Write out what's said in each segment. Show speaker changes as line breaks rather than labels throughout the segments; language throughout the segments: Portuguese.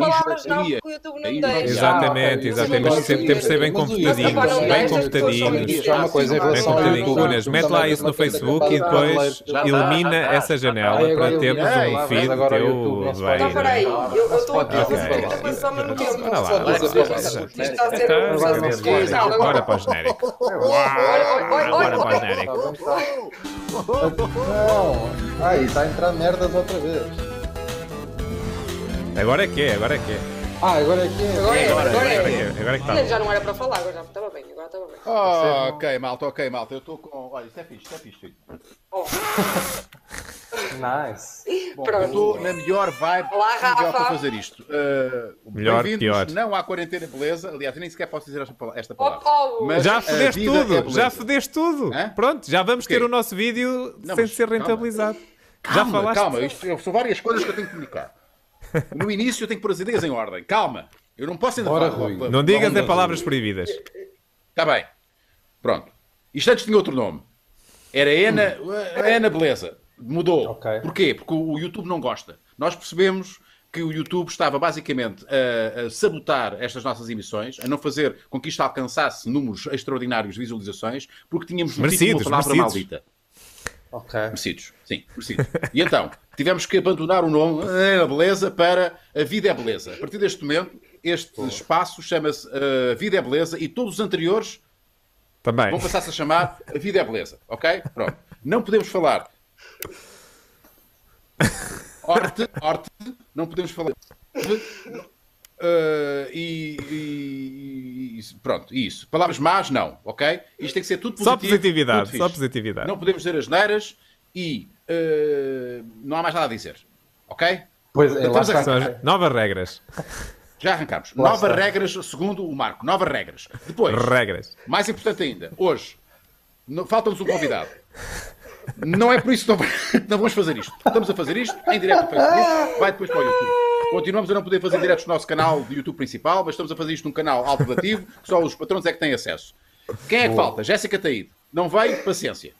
palavras não, porque o YouTube não me
Ah,
deixa.
Exatamente, exatamente. Mas sempre temos de ser bem computadinhos. Bem computadinhos.
é Só uma coisa
Bem
em relação ao
computadinho,
YouTube.
Cunhas. Mete lá isso no Facebook e depois elimina essa janela
Ai, agora
para termos
eliminei.
um
Mas
feed
agora o
teu
YouTube não se
bem,
pode.
Então,
não é?
peraí, eu estou aqui a
Ok.
receber informação, mas não quero
Bora lá,
falar.
bora lá.
Isto está a ser
Tá,
um
bora,
processo de
bora, Bora para o genérico. Uau, Bora para o genérico.
Não, aí está a entrar merdas outra vez.
Agora é que é, agora é que é.
Ah, agora aqui é.
Agora é, agora
Agora
é.
é que é, agora é que
Olha,
está.
Já não era para falar, agora já estava bem, agora estava bem.
Ah, ok, malta, ok, malta. Eu estou com. Olha, isto é fixe, isto é fixe, filho.
Nice.
Bom,
Pronto.
eu estou na melhor vibe
Olá,
possível
Rafa.
para fazer isto. Uh,
Melhor,
bem-vindos,
pior.
Não há quarentena, beleza. Aliás, eu nem sequer posso dizer esta pala- esta
Oh,
palavra.
Paulo!
Mas-
Já
A
fodeste
vida é
tudo,
beleza.
já fodeste tudo.
Hã?
Pronto, já vamos ter
quê?
o nosso vídeo
Não,
sem
mas
ser
calma.
rentabilizado. já
Calma,
falaste?
calma. Isto, são várias coisas que eu tenho que comunicar. No início eu tenho que pôr as ideias em ordem. Calma. Eu não posso ainda
Ora,
falar.
Rui,
Não digas é palavras proibidas.
Está Tá bem. Pronto. Isto antes tinha outro nome. Era Ana, a Ana Beleza. Mudou.
Ok.
Porquê? Porque o YouTube não gosta. Nós percebemos que o YouTube estava basicamente a, a sabotar estas nossas emissões, a não fazer com que isto alcançasse números extraordinários de visualizações, porque tínhamos no título
Merecidos,
uma palavra
merecidos.
maldita.
Ok.
Merecidos, sim, merecidos. E então, tivemos que abandonar o nome Ana Beleza para A Vida é Beleza. A partir deste momento, este espaço chama-se uh, Vida é Beleza e todos os anteriores
Também.
Vão passar-se a chamar A Vida é Beleza, ok? Pronto. Não podemos falar. Orte, orte, não podemos falar. Eh, e, e- e- pronto, isso. Palavras más, não, ok? Isto tem que ser tudo positivo.
Só positividade,
tudo fixe.
só positividade.
Não podemos dizer as neiras e eh, não há mais nada a dizer, ok?
Pois
Então,
é, lá
Estamos a
está.
São as novas regras.
Já arrancamos.
Lá
Novas
está.
regras, segundo o Marco, novas regras. Depois,
Regras.
mais importante ainda, hoje, no- falta-nos um convidado. Não é por isso que não, vai- não vamos fazer isto. Estamos a fazer isto em direto no Facebook, vai depois para o YouTube. Continuamos a não poder fazer diretos no nosso canal do YouTube principal, mas estamos a fazer isto num canal alternativo que só os patrões é que têm acesso. Quem é que falta? Jéssica Taíde. Não veio? Paciência.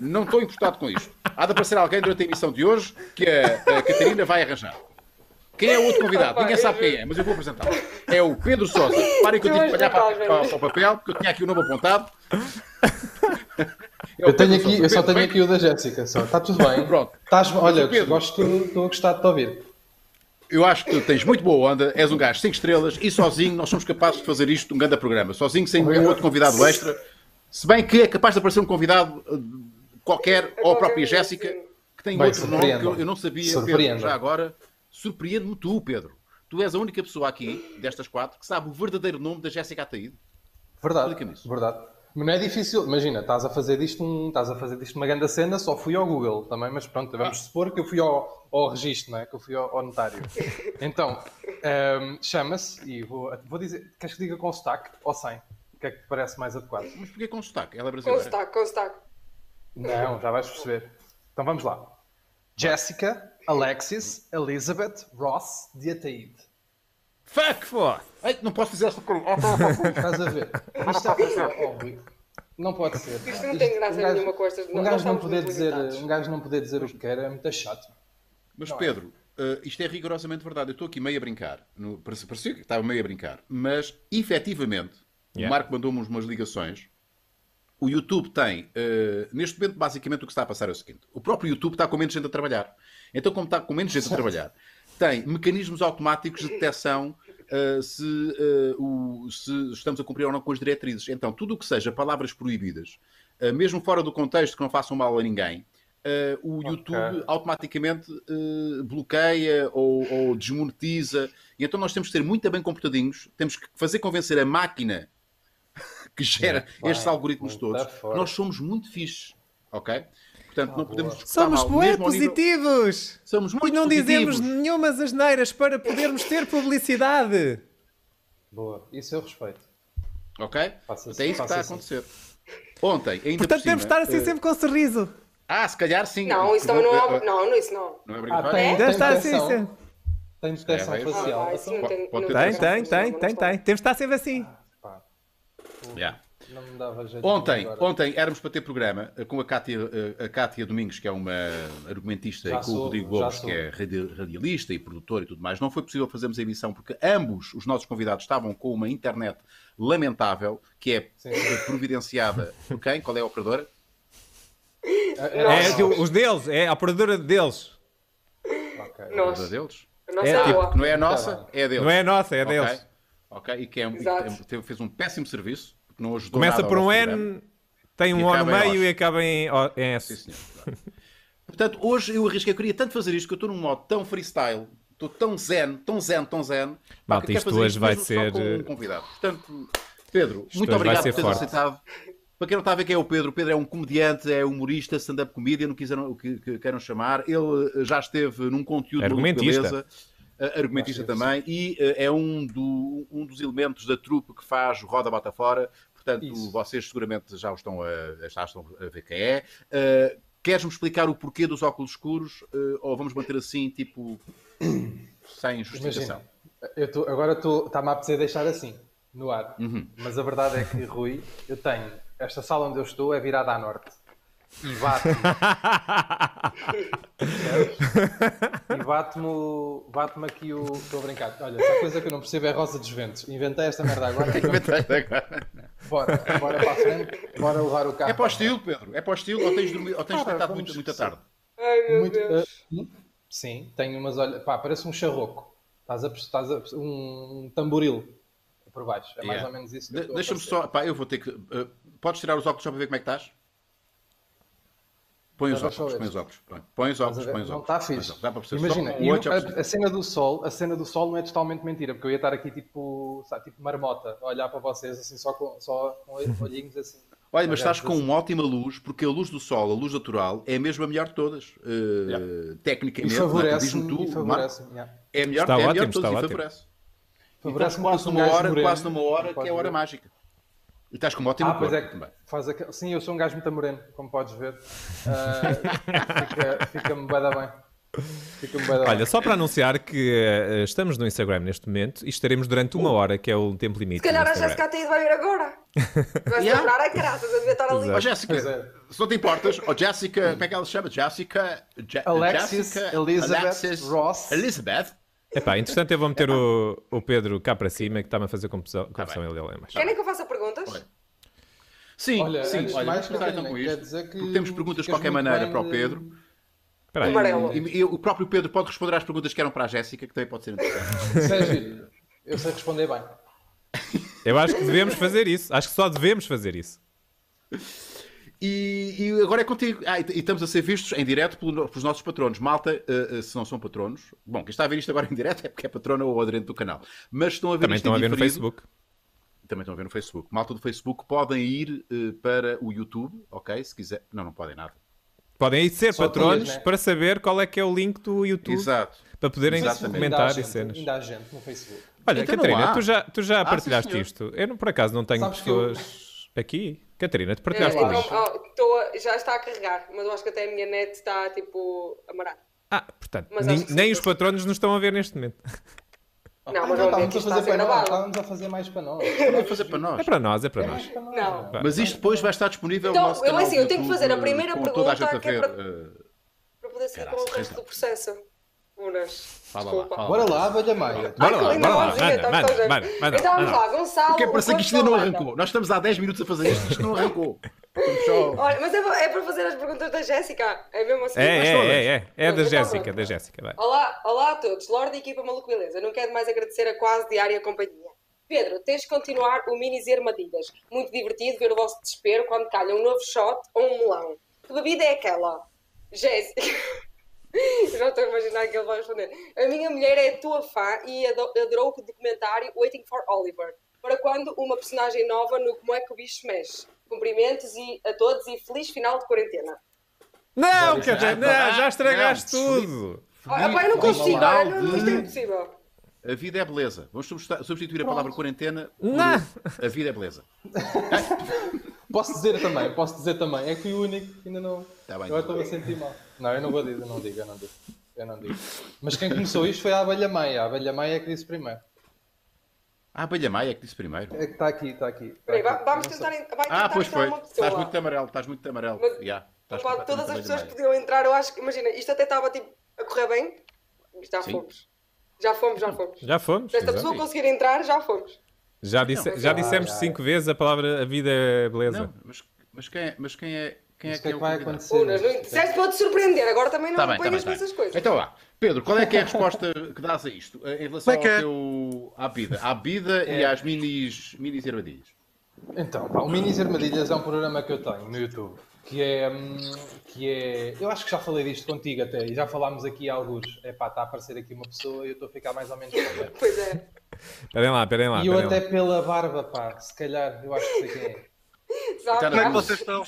Não estou importado com isto. Há de aparecer alguém durante a emissão de hoje que a, a Catarina vai arranjar. Quem é o outro convidado?
Opa,
Ninguém sabe quem é, mas eu vou apresentá-lo. É o Pedro Sousa. Parem que eu
Tu
tive
és
que olhar para,
brutal,
para-
velho.
para o papel, porque eu tinha aqui o nome apontado. É o
Eu, tenho
Pedro
aqui,
Sousa.
eu só
Pedro, é
tenho
vem-
aqui o da Jéssica. Só. Está tudo bem.
Pronto.
Estás, olha,
Pedro.
gosto, estou a gostar de te ouvir.
Eu acho que tu tens muito boa onda, és um gajo 5 estrelas e sozinho nós somos capazes de fazer isto um grande programa. Sozinho, sem nenhum outro convidado extra. Se bem que é capaz de aparecer um convidado eh, qualquer, ou a própria Jéssica, que tem
Bem,
outro nome que eu,
surpreendam.
eu não sabia, Pedro,
Surpreendam.
já agora. Surpreende-me tu, Pedro. Tu és a única pessoa aqui, destas quatro, que sabe o verdadeiro nome da Jéssica Ataíde.
Verdade,
Explica-me isso.
verdade. Mas não é difícil, imagina, estás a fazer disto, um, estás a fazer disto uma grande cena, só fui ao Google também, mas pronto, vamos
Ah.
supor que eu fui ao, ao registro, não é? Que eu fui ao, ao notário. Então, ehm, chama-se, e vou, vou dizer, queres que diga com sotaque ou sem? O que é que te parece mais adequado?
Mas porquê com sotaque? Ela é
Com
né?
brasileira.
sotaque, com sotaque.
Não, já vais perceber. Então vamos lá. Jessica, Alexis, Elizabeth, Ross, Diataid.
Fuck! Ai, não posso dizer esta coisa.
Estás a ver? Isto é isto é óbvio. Não pode ser.
Isto não tem graça
um gajo-
nenhuma com estas-
Um
nós
gajo não
estamos
poder
muito
dizer,
limitados.
um gajo não poder dizer o que quer é muito chato.
Mas Pedro, eh, isto é rigorosamente verdade. Eu estou aqui meio a brincar. No, parecia, parecia que estava meio a brincar. Mas, efetivamente, o
Yeah.
Marco mandou-me umas ligações. O YouTube tem, eh, neste momento, basicamente o que está a passar é o seguinte: o próprio YouTube está com menos gente a trabalhar. Então, como está com menos gente a trabalhar, tem mecanismos automáticos de detecção eh, se, eh, o- se estamos a cumprir ou não com as diretrizes. Então, tudo o que seja palavras proibidas, eh, mesmo fora do contexto que não façam mal a ninguém, eh, o YouTube automaticamente eh, bloqueia ou, ou desmonetiza. E então, nós temos que ser muito bem comportadinhos, temos que fazer convencer a máquina que gera
Bem,
estes algoritmos
muito
todos.
forte.
Nós somos muito fixes, ok?
Ah,
Portanto, não podemos discutir
Somos
Tá mal,
bué
mesmo ao nível-
positivos!
Somos muito
E não dizemos
positivos.
nenhumas asneiras para podermos ter publicidade.
Boa, isso eu respeito.
Ok?
Faça-se,
Até isso que está a
faça-se.
acontecer. Ontem, ainda
Portanto,
por cima,
temos de estar assim
eh,
sempre com um sorriso.
Ah, se calhar sim.
Não, isso também não é. Não, não, isso não.
Não é
Ah,
obrigatório?
tem,
Deve
tem
estar assim
proteção.
sempre.
Tem proteção
É, vai-
facial.
Ah, vai, isso não tem-
Pode- pode
não
ter
Tem,
graça
tem,
nenhuma,
tem,
não
tem,
faz.
tem. Temos de estar sempre assim.
Yeah.
Não me dava jeito.
Ontem,
agora.
ontem éramos para ter programa eh, com a Cátia, eh, a Cátia Domingos, que é uma argumentista,
Já
e com o
soube,
Rodrigo
já
Gomes, que
soube.
é radi- radialista e produtor e tudo mais. Não foi possível fazermos a emissão porque ambos os nossos convidados estavam com uma internet lamentável, que é
Sim.
eh, providenciada por quem? Qual é a operadora?
Era-
É, que os deles, é a operadora deles.
Ok.
A
Nós.
deles?
A nossa
É,
é,
tipo,
boa.
Que não é a nossa, é a deles.
Não é a nossa, é a
Ok.
deles.
Ok, e que é, um-
Exato.
teve- fez um péssimo serviço, porque não ajudou
Começa
nada
por
ao
um
nosso programa.
N, tem
E
um O no
acaba em
meio
os.
e acaba em O- em
Sim,
S.
senhor. Portanto, hoje eu arrisquei, eu queria tanto fazer isto que eu estou num modo tão freestyle, estou tão zen, tão zen, tão zen.
Malta,
que eu quero
isto
fazer
hoje
mesmo
vai
só
ser,
Com um
eh,
convidado. Portanto, Pedro,
isto hoje
muito
vai
obrigado
ser
por teres
forte.
aceitado. Para quem não está a ver quem é o Pedro, o Pedro é um comediante, é humorista, stand-up comedian, o que quiseram- o que, que queiram chamar. Ele eh, já esteve num conteúdo maluco
Argumentista.
beleza, eh, argumentista
Acho que
também, e eh, é um, do- um dos elementos da trupe que faz o Roda Bota Fora. Portanto,
Isso.
vocês seguramente já o estão a, já estão a ver quem é. Eh, Queres-me explicar o porquê dos óculos escuros eh, ou vamos manter assim, tipo, sem justificação?
Imagina, eu tô, agora está-me a apetecer deixar assim, no ar.
Uhum.
Mas a verdade é que, Rui, eu tenho. Esta sala onde eu estou é virada a norte. E bate-me. e bate-me bate aqui o. Estou a brincar. Olha, se há coisa que eu não percebo é Rosa dos Ventos. Inventei esta merda agora. então, Bora, bora para a frente. Bora levar o carro.
É para o estilo, Pedro. É para o estilo ou tens, dormido, ou tens
Cara,
deitado
vamos
muito, muito à
perceber.
tarde?
Ai, meu
Muito,
Deus.
uh, sim, tenho umas olhas. Pá, parece um charroco. Estás a, estás a, um tamboril por baixo. É mais
Yeah.
ou menos isso. que eu
De-
estou a
Deixa-me
fazer.
só. Pá, eu vou ter que. eh, podes tirar os óculos só para ver como é que estás? Põe os
Agora só
óculos, põe
este.
os óculos. põe- Põe os
Estás a
óculos,
ver?
põe os
Não
óculos.
está
põe os
fixe.
óculos. um. Dá para perceber.
Imagina,
Só um
e o-
oito óculos.
a, a cena do sol, a cena do sol não é totalmente mentira, porque eu ia estar aqui tipo, sabe, tipo marmota, a olhar para vocês assim só com, só com olhinhos assim.
Olha, mas estás
Aliás,
com uma ótima luz, porque a luz do sol, a luz natural, é mesmo a melhor de todas. Eh,
E
Tecnicamente, não é?
favorece-me,
diz-me
e
tu, Marco,
favorece-me. yeah.
é a melhor,
Está
é a melhor
ótimo,
de todas
está
e
ótimo.
favorece. E estás
Favorece-me
quase
um
numa
gajo
hora,
moreno.
quase numa
Não
hora, que é
podes
a hora
ver.
mágica. E estás com uma ótima
Ah,
cor
pois é,
também.
que faz aquele... Sim, eu sou um gajo muito moreno, como podes ver. Ah, fica- Fica-me bué da bem. Fica-me bué da bem.
Olha, só para anunciar que eh, estamos no Instagram neste momento e estaremos durante
Uh.
uma hora, que é o tempo
Se
limite.
calhar
no
a
Instagram.
Jéssica até vai ver agora. Vai se
Yeah.
tornar a graças, eu devia estar ali.
Ó
Exato.
Jéssica,
Pois é.
se não te importas, ó Jéssica, como é que ela se chama? Jéssica. Je-
Alexis
Jéssica-
Elizabeth Ross.
Elizabeth.
Epá, entretanto eu vou meter o, o Pedro cá para cima, que está-me a fazer confusão,
Tá
confusão ele é ali mais.
Querem que eu faça perguntas?
Olha. Sim,
Olha,
sim,
antes de
olha,
mais,
vamos começar então com
Catarina,
isto.
quer dizer que
porque temos perguntas de
ficas
qualquer
muito
maneira
bem
para o
de-
Pedro.
Espera aí.
Amarelo.
E, e o próprio Pedro pode responder às perguntas que eram para a Jéssica, que também pode ser interessante.
Sérgio, é eu sei responder bem.
Eu acho que devemos fazer isso. Acho que só devemos fazer isso.
e, e agora é contigo. Ah, e, e estamos a ser vistos em direto pelo no- pelos nossos patronos. Malta, eh, eh, se não são patronos, bom, quem está a ver isto agora em direto é porque é patrona ou aderente do canal. Mas estão a ver
Também
isto em
estão a ver no
diferido.
Facebook.
Também estão a ver no Facebook. Malta do Facebook podem ir eh, para o YouTube, ok? Se quiser. Não, não podem nada.
Podem aí ser
Só
patronos
dias, né?
para saber qual é que é o link do YouTube
Exato.
para poderem
Exatamente.
comentar
Ainda há
e
gente-
cenas.
Ainda há gente no Facebook.
Olha,
Então não
Catarina,
há.
tu já, tu já
Ah, sim,
partilhaste
senhor.
isto. Eu não, por acaso não tenho
Sabes que eu-
pessoas aqui. Catarina, tu
É,
partilhaste
então,
o link.
ó, tô a- já está a carregar, mas eu acho que até a minha net está tipo a marar.
Ah, portanto,
Mas
nem,
acho que
nem
sim.
os patronos nos estão a ver neste momento.
Não, mas
Então
vamos ver
estávamos
que
a
isto está a
fazer
ser
para nós,
gravado.
estávamos a fazer mais para nós.
Vamos fazer para
É
nós.
para nós, é para
Mais
nós.
para nós.
Não.
Pá,
Mas isto depois vai estar disponível
Então,
no nosso
eu,
canal
assim,
do
eu tenho que
YouTube,
fazer a primeira
com toda a gente a
pergunta, que é
ver. eh,
Para poder seguir com
Caraca,
o resto do processo. Unas.
Fala lá,
Desculpa.
fala.
Bora lá, velha Maia.
Ai, tá,
Bora
que
lá,
linda
bora lá,
mãozinha,
manda,
estamos
manda,
todos a-
manda, manda,
Então vamos
manda.
lá, Gonçalo.
Porque parece que isto ainda
Gonçalo
não
Landa.
arrancou. Nós estamos há 10 minutos a fazer isto, isto não arrancou. Vamos só-
Olha, mas é, pa- é para fazer as perguntas da Jéssica. É mesmo assim.
É,
Mas
é,
todas.
é, é. É da
Então,
Jéssica,
pronto.
da Jéssica. vai.
Olá, olá a todos. Lorde e equipa Maluco Beleza. Não quero mais agradecer a quase diária companhia. Pedro, tens de continuar o mini Zer Madidas. Muito divertido ver o vosso desespero quando calha um novo shot ou um melão. Que bebida é aquela? Jéssica. Eu Já estou a imaginar que ele vai responder. A minha mulher é tua fã e ado- adorou o documentário Waiting for Oliver. Para quando uma personagem nova no Como é que o bicho mexe? Cumprimentos e, a todos e feliz final de quarentena.
Não, Catarina, não, já estragaste
Não, desculpe.
tudo.
Ah, pá, eu não
Feliz
consigo,
final
olha, não, isto é
de-
impossível.
A vida é beleza. Vamos substituir- substituir a palavra quarentena por
Não.
a vida é beleza.
Posso dizer também, posso dizer também. É que fui o único que ainda não.
Tá bem,
Agora
tudo
estou-me a sentir mal. Não, eu não vou dizer, eu não digo, eu não digo. Eu não digo. Mas quem começou isto foi a abelha Maia. A abelha Maia é que disse primeiro.
Ah, Abelha Maia é que disse primeiro.
É que está aqui, está aqui. Tá
Peraí, va-
aqui.
vamos
Não
tentar,
sei.
en- vai tentar
Ah, pois
entrar
foi.
uma
Estás
pessoa.
muito amarelo, estás muito amarelo.
Mas-
Já, estás
Pá,
completamente
todas as pessoas
Abelha Maia.
podiam entrar, eu acho que, imagina, isto até estava tipo a correr bem. Já
Sim. Então,
fomos. Já fomos, já fomos.
Já fomos.
Se esta pessoa
exato.
conseguir entrar, já fomos.
Já, disse-
Não,
já
ah,
dissemos
já.
cinco vezes a palavra a vida é beleza.
Não, mas, mas quem é, mas quem é, quem é
Mas o que é
o
que vai
convidado?
acontecer?
Unas, não
é
disseste para te surpreender, agora também não
Tá bem, tá bem,
apanhas
tá
nessas
bem.
coisas.
Então lá, Pedro, qual é que é a resposta que dás a isto? eh, Em relação ao
Como é que é?
teu... à vida, à vida
É.
e às minis, minis ervadilhas.
Então, pá, o Minis Armadilhas é um programa que eu tenho no YouTube, que é, hum, que é... Eu acho que já falei disto contigo até, e já falámos aqui há alguns. É pá, está a aparecer aqui uma pessoa e eu estou a ficar mais ou menos contente.
Pois é.
Esperem lá, esperem lá.
E eu
esperem
até
lá.
pela barba, pá, se calhar, eu acho que sei quem é.
Sabe?
Está
Como é que
na
vocês estão?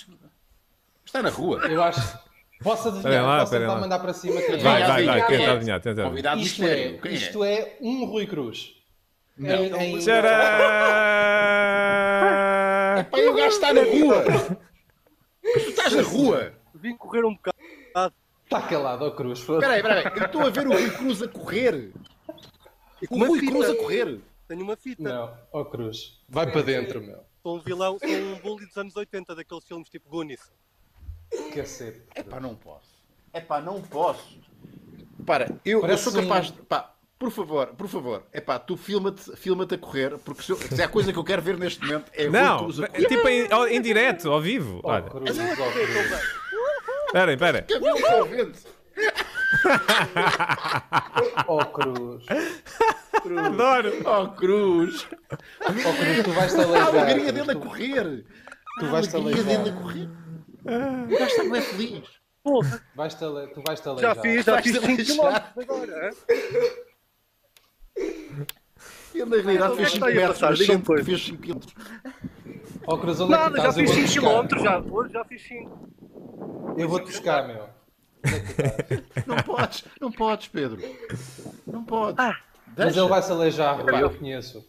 Está na rua.
Eu acho... Posso adivinhar,
Pera lá,
posso
pera
tentar
lá.
mandar para cima quem é.
Vai, vai, vai,
Adivinhar
tenta
quem é.
adivinhar, tenta adivinhar.
Convidado
Isto
mistério.
é,
Quem
isto é um Rui Cruz. Em- em-
Tcharam!
Pai,
é
o gajo está na rua! Tu estás na rua!
Vim correr um bocado.
Está calado, ó Cruz. foda-se.
Espera aí, espera aí. Eu estou a ver o Rui Cruz a correr.
Tenho
O
uma
Rui
fita.
Cruz a correr.
Tenho uma fita.
Não, ó Cruz. Vai para dentro, meu.
Sou um vilão, sou um bully dos anos 80, daqueles filmes tipo Goonies.
Cacete.
É pá, não posso. É pá, não posso. Para, eu, eu
Parece
sou
um-
capaz de. Pá, por favor, por favor. É pá, tu filma-te filma a correr, porque se, eu- se há coisa que eu quero ver neste momento é o Rui
Não,
Cruz a correr.
tipo em, ao- em direto, ao vivo.
Ó
Olha,
Cruz, ó Cruz.
esperem, esperem.
é tipo,
Quer ver o que eu vendo?
Ó Cruz.
Adoro.
Oh, Cruz!
Ó Cruz, tu vais-te
Ah, a
alegrar.
alegria dele a
Cruz,
correr!
Tu
A
vais-te Ah.
alegria dele
alegrar.
a correr! O gajo está bem feliz.
Vais-te ale- Tu vais-te
é- Já
alegrar.
fiz, já
Vais
fiz 5
deixar.
km agora. hã?
Ele na realidade fez
Onde é que
5
está aí a
metros,
passar?
mas diga-me que
Depois.
fez 5 metros.
Ó Cruz, onde é que tu
Nada, já
estás? Eu
fiz
vou-te
5
buscar.
km, já. Hoje já fiz 5.
Eu vou-te buscar, meu. Onde é que tu estás?
Não podes, não podes, Pedro. Não podes.
Ah, Mas
Deixa.
ele vai-se aleijar, Rui, eu conheço.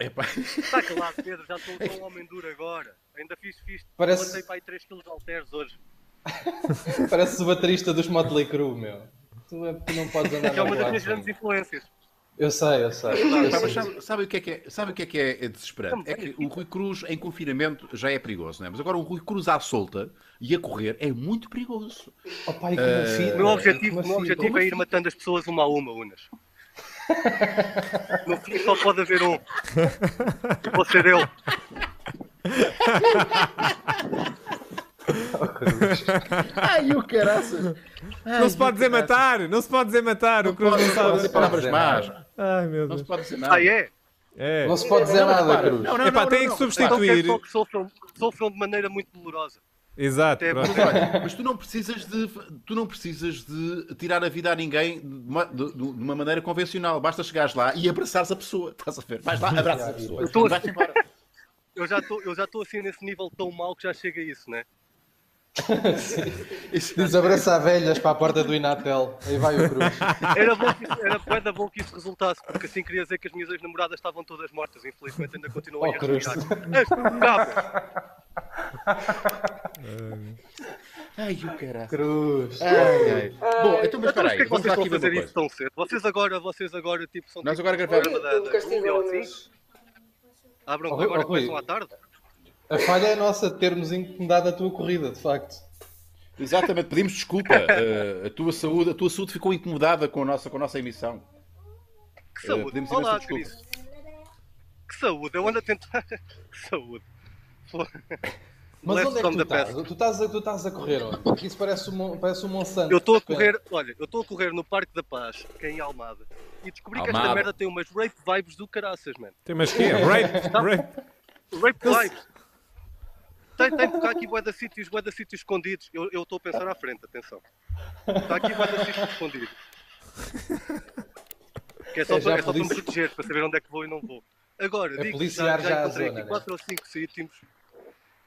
Epá.
Está Tá calado, Pedro, já estou sou um homem duro agora. Ainda fiz, fiz.
Parece-
Levantei para aí 3 kg de halteres hoje.
Parece o baterista dos Motley Crue, meu. Tu, é- tu não podes andar
Que
na
é uma das minhas
rua.
grandes influências.
Eu sei, eu sei.
Pá,
eu
mas
sei.
sabe, sabe o que é que é, sabe o que é, que é, é desesperante? É que o Rui Cruz em confinamento já é perigoso, não é? Mas agora o Rui Cruz à solta e a correr é muito perigoso.
Opa, e com uma fita,
O
e
meu
com
objetivo,
uma
o meu
fita.
objetivo é ir matando as pessoas uma a uma, Unas. No fim só pode haver um. E vou ser eu.
Ai, o caraças!
Não se pode dizer matar, não se pode dizer matar. O Cruz
Não
não
se pode
sabe.
dizer palavras
dizer
más.
Ai, meu
Não se
Deus.
pode dizer nada.
Ah, é?
É.
Não se pode dizer nada,
repara.
Cruz.
Não, não,
Epá,
não,
tem
não,
que
não.
Então quero
substituir.
só que sofram, sofram de maneira muito dolorosa.
Exato,
Até
pronto.
Mas olha, mas tu não precisas de tu não precisas de tirar a vida a ninguém de uma, de- de uma maneira convencional. Basta chegares lá e abraçares a pessoa. Estás a ver? Vais lá, abraças a pessoa.
tô-
E vais-te embora.
Eu já estou eu já estou assim nesse nível tão mau que já chega a isso, né?
Diz abraça a velhas para a porta do Inatel. Aí vai o Cruz.
Era bom que isso, era bué bom que isso resultasse, porque assim queria dizer que as minhas ex-namoradas estavam todas mortas. Infelizmente ainda continuam
Oh,
a
Cristo.
respirar. És um cabo.
Ai, o caralho.
Cruz.
Bom, então mas
Então,
espera
mas porquê
aí.
que vocês
Vamos lá aqui
estão a
ver
fazer
uma
isso
coisa.
tão cedo? Vocês agora, vocês agora, tipo, são
Nós
tipo,
agora gravamos.
da- da- Google,
Castigou-nos.
assim? tipo, Abram
Oh, Rui,
agora
oh, Rui.
começam à tarde?
A falha é nossa de termos incomodado a tua corrida, de facto.
Exatamente, pedimos desculpa. Eh, a, tua saúde, a tua saúde ficou incomodada com a nossa, com a nossa emissão.
Que
Eh,
saúde.
pedimos imensa
Olá,
desculpa.
Cris. Que saúde. Eu ando a tentar... que saúde. Pô.
Mas
Left
onde é que
from
tu
the
estás?
past.
Tu estás, a, tu estás a correr onde? Porque isso parece um, Mon- parece um Monsanto.
Eu estou a
de repente.
correr, olha, eu estou a correr no Parque da Paz, que é em Almada, e descobri que
Almada.
esta merda tem umas rape vibes do caraças, mano.
Tem mais que Rape, rape.
Rape vibes! Tem, tem, porque há aqui bué de sítios, bué de sítios escondidos. Eu eu estou a pensar à frente, atenção. Está aqui bué de sítios escondidos. Que é só,
É, já
para, é só para me
polici-
proteger, para saber onde é que vou e não vou. Agora,
É
digo já,
policiar já a
já encontrei
zona,
aqui
né?
4 ou 5 sítios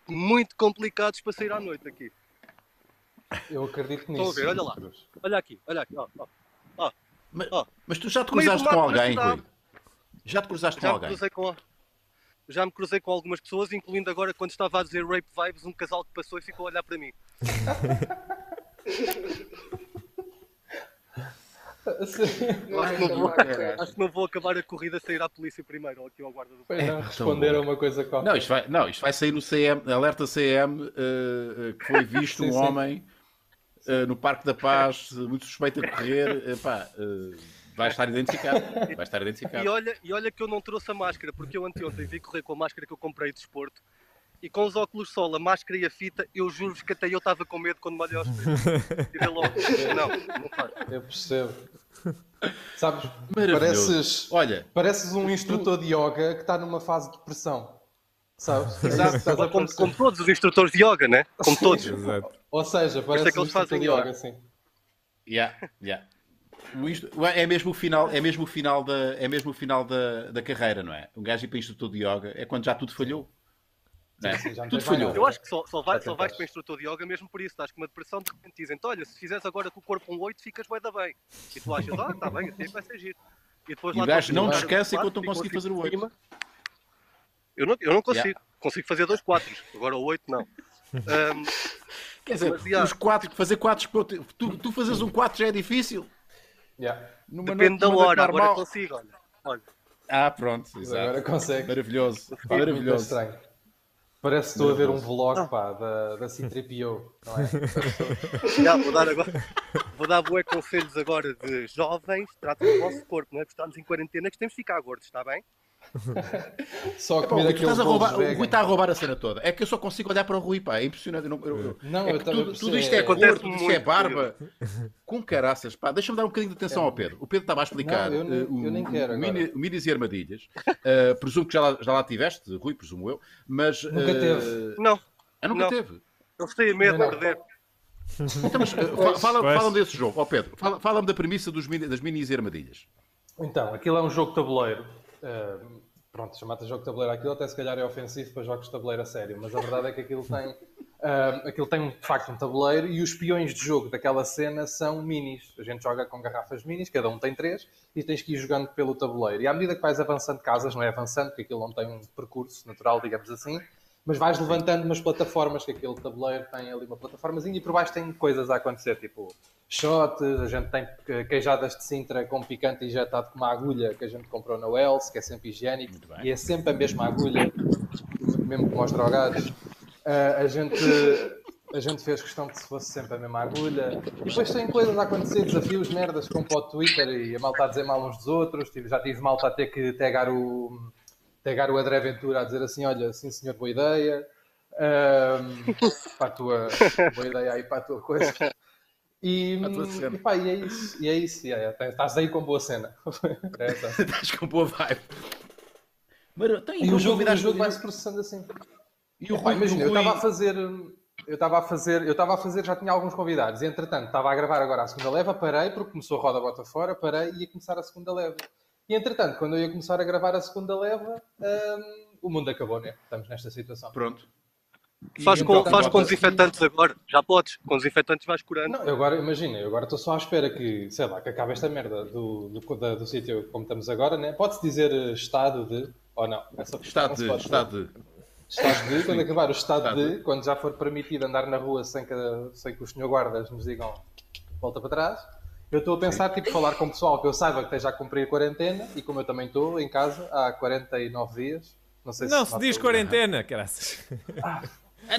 muito complicados para sair à noite aqui.
Eu acredito nisso. Então,
Estou a ver, olha lá.
Cruz.
Olha aqui, olha aqui, ó, ó.
Mas,
Oh.
mas tu já te
Meio do
cruzaste
mato,
com alguém,
mas
Rui? Já te cruzaste com
já me
alguém?
cruzei com já me cruzei com algumas pessoas, incluindo agora quando estava a dizer rape vibes, um casal que passou e ficou a olhar para mim.
Sim.
Não
Acho
é
que não vou.
uma coisa.
Acho que não vou acabar a corrida sem ir à polícia primeiro, ou aqui ao guarda do
Pois
É,
não,
tão
responder a
bom.
uma coisa qualquer.
Não, isto vai, não, isto vai sair no CM, alerta CM, eh, eh, que foi visto
Sim,
um
sim.
homem eh, no Parque da Paz, eh, muito suspeito a correr, eh, pá, eh, vai estar identificado. Vai estar
E
identificado.
olha, e olha que eu não trouxe a máscara, porque eu anteontem vim correr com a máscara que eu comprei de desporto. E com os óculos de sol, a máscara e a fita, eu juro-vos que até eu estava com medo quando me olhei aos espelho. Tirei logo. Não, não faz.
Eu percebo. Sabes,
Maravilhoso.
pareces,
Olha,
pareces um instrutor de yoga que está numa fase de depressão. Sabes? Exato. Estás a
Como,
parecer.
como todos os instrutores de yoga, né? Como todos.
Exato.
Ou seja,
Por isso
parece
é que
um
eles
instrutor
fazem
de
yoga.
yoga, sim.
yeah, yeah. O instru- É mesmo o final, é mesmo o final, da, é mesmo o final da, da carreira, não é? Um gajo ir para instrutor de yoga é quando já tudo falhou. não é?
Sim, já não
tudo
tens mais
falhou.
nada.
Eu acho que só, só, vai-
Já
só vais
tentaste.
para instrutor de yoga mesmo por isso. Estás com uma depressão, de repente dizem olha, se fizeres agora com o corpo um 8, ficas bué da bem. E tu achas, ah, está bem, assim vai ser giro. E depois
E o
lá
gajo não
consegues dar
descansa
o
enquanto não
quatro,
conseguir
ficou
fazer o
assim
8.
por cima. Eu não, eu não consigo.
Yeah.
Consigo fazer dois quatro. Agora o 8 não. Ahm,
Quer dizer,
Mas, yeah.
os quatro, fazer quatro, tu, tu fazes um 4 já é difícil.
Yeah.
Numa noite-
depende da
numa noite
hora, agora
é
é
normal.
consigo, olha. Olha,
Ah, pronto,
Mas
exato.
Agora consegue.
Maravilhoso,
Muito
maravilhoso.
estranho. Parece que estou a ver um vlog pá, da, da C3PO, não é?
já, vou dar agora. Vou dar bué conselhos agora de jovens, tratem o vosso corpo, não é? Porque estamos em quarentena que temos de ficar gordos, está bem?
Só
Pá, o
comer
Rui, tu
aqueles
estás a
bolos
roubar- o
vegan.
Rui está a roubar a cena toda. É que eu só consigo olhar para o Rui, pá. É impressionante. Eu não- eu- eu-
Não,
é
eu
que
também
tudo,
percebo.
tudo isto é cor,
Acontece
tudo isto é
muito,
barba. Com caraças, pá. Deixa-me dar um bocadinho de atenção ao Pedro. O Pedro estava a explicar
Não, eu nem-
eh, o,
eu nem quero
o
agora.
mini- o Minis e Armadilhas. Eh, presumo que já lá, já lá tiveste, Rui, presumo eu. Mas,
Nunca
eh,
teve.
Não,
Ah, nunca
Não.
teve.
eles têm medo
é
de
Não.
perder.
Então, mas, eh, fa- fala,
Pois.
fala desse jogo, ó Pedro. Fala- Fala-me da premissa dos mini- das Minis e Armadilhas.
Então, aquilo é um jogo de tabuleiro. Ah, pronto, chamar jogo de tabuleiro aquilo até se calhar é ofensivo para jogos de tabuleiro a sério, mas a verdade é que aquilo tem, ah, aquilo tem de facto um tabuleiro e os peões de jogo daquela cena são minis. A gente joga com garrafas minis, cada um tem três, e tens que ir jogando pelo tabuleiro. E à medida que vais avançando casas, não é avançando, porque aquilo não tem um percurso natural, digamos assim, mas vais levantando umas plataformas, que aquele tabuleiro tem ali uma plataformazinha e por baixo tem coisas a acontecer, tipo shots, a gente tem eh, queijadas de Sintra com picante injetado com uma agulha que a gente comprou na Wells, que é sempre higiênico
bem.
e é sempre a mesma agulha, mesmo que mostra ao gajo. Ah, a gente... A gente fez questão que se fosse sempre a mesma agulha. E depois tem coisas a acontecer, desafios, merdas, como para o Twitter e a malta a dizer mal uns dos outros. Tive- Já tive malta a ter que tagar o, pegar o André Ventura a dizer assim: olha, sim senhor, boa ideia, Ahm, para a tua boa ideia aí para a tua coisa. E,
Para a tua cena.
e pá, e é isso, e é isso, e é, até estás aí com boa cena. É, tá.
Estás com boa vibe. Mas, tem,
E o jogo, o
convidaste-
jogo vai-se processando assim.
E o
Epá,
Rui,
imagina,
o
eu
Rui-
estava a fazer, eu estava a fazer, eu estava a fazer, já tinha alguns convidados, e entretanto estava a gravar agora a segunda leva, parei, porque começou a roda bota fora, parei e ia começar a segunda leva. E entretanto, quando eu ia começar a gravar a segunda leva, hum, o mundo acabou, né? Estamos nesta situação.
Pronto.
Faz com,
então,
faz com
bota-se-
desinfetantes agora, já podes. Com desinfetantes vais curando.
Não, eu agora, imagina, eu agora estou só à espera que, sei lá, que acabe esta merda do, do, da- do sítio como estamos agora, né? Pode-se dizer eh, estado de, ou não? Essa-
Está
não se
de,
pode
está
dizer.
de.
Estado de, quando acabar o estado,
Estado
de, quando já for permitido andar na rua sem que, sem que os senhor guardas nos digam volta para trás, eu estou a pensar, tipo, falar com o pessoal que eu saiba que esteja a cumprir a quarentena, e como eu também estou em casa há 49 dias, não sei
Não
se...
se diz
nota-
quarentena, caraças.
Ah,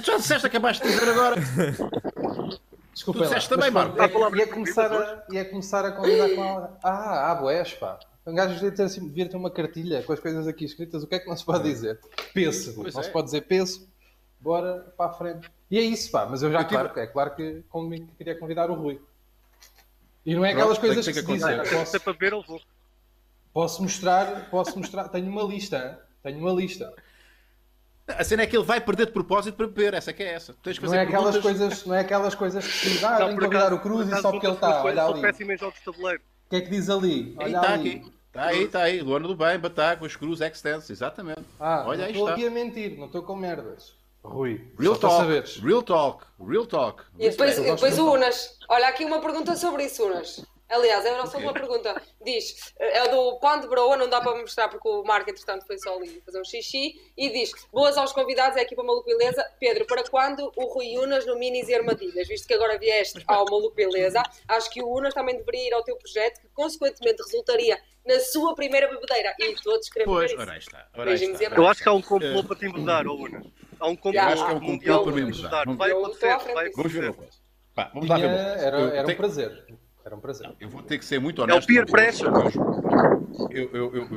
tu já disseste, acabaste de dizer agora.
Desculpa,
Tu disseste também, Marco.
É, que- ia, começar a, ia começar a convidar com ela. Ah, ah, boés, pá. Um gajo devia ter, assim, devia ter uma cartilha com as coisas aqui escritas. O que é que não se pode dizer? Pêssego.
Pois
não
é.
se pode dizer peso. Bora para a frente. E é isso, pá. Mas eu já,
Eu tive-
claro, que- é claro que comigo que queria convidar o Rui. E não é aquelas
Pronto,
coisas que,
tem que
se dizem.
acontecer.
Se é
Posso,
para beber, eu vou.
posso mostrar, posso mostrar. Tenho uma lista, hein? tenho uma lista.
A cena é que ele vai perder de propósito para beber. Essa que é essa. Tu tens de
Não
fazer
é, aquelas
perguntas.
coisas, não é aquelas coisas que se diz, ah,
Não,
vim
por
convidar
acaso-
o Cruz
por
e
acaso
só porque ele
juntas
está,
duas coisas,
olha
Sou
ali.
péssimo em jogos de tabuleiro.
O que é que diz ali?
Aí
Olha
está
ali.
tá aqui. Está aí, está aí. Luana do Bem, Batacos, Cruz, Extense. Exatamente.
Ah,
Olha,
não
aí
estou
está.
aqui a mentir, não estou com merdas. Rui,
Real
só para
talk,
saberes.
real talk. Real talk.
E depois,
Eu gosto
depois
muito.
o Unas. Olha, aqui uma pergunta sobre isso, Unas. Aliás, é a nossa última pergunta. Diz, eh, é do Pan de Broa, não dá para mostrar porque o Marco, entretanto, foi só ali fazer um xixi. E diz, boas aos convidados, é a equipa Maluco Beleza. Pedro, para quando o Rui Unas no Minis e Armadilhas? Visto que agora vieste ao Maluco Beleza, acho que o Unas também deveria ir ao teu projeto, que consequentemente resultaria na sua primeira bebedeira. E todos queremos
Pois,
ver isso.
ora aí está. Ora aí
Beijinhos
está,
e
ora aí
abraços.
Eu
está.
acho que há um complô para te embedar, ou Unas. Há um complô.
Eu acho que há
um complô
mundial
para me
te
embedar. Vamos-
Vai
Eu estou à
acontecer, vai
frente.
é? Vamos ver uma
acontecer.
coisa. Pá, vamos lá
Tinha-
ver uma coisa.
Era,
Eu
era um
tenho-
prazer. Era um prazer.
Eu vou ter que ser muito
É o
honesto.
peer é?
convosco. Eu, eu, eu,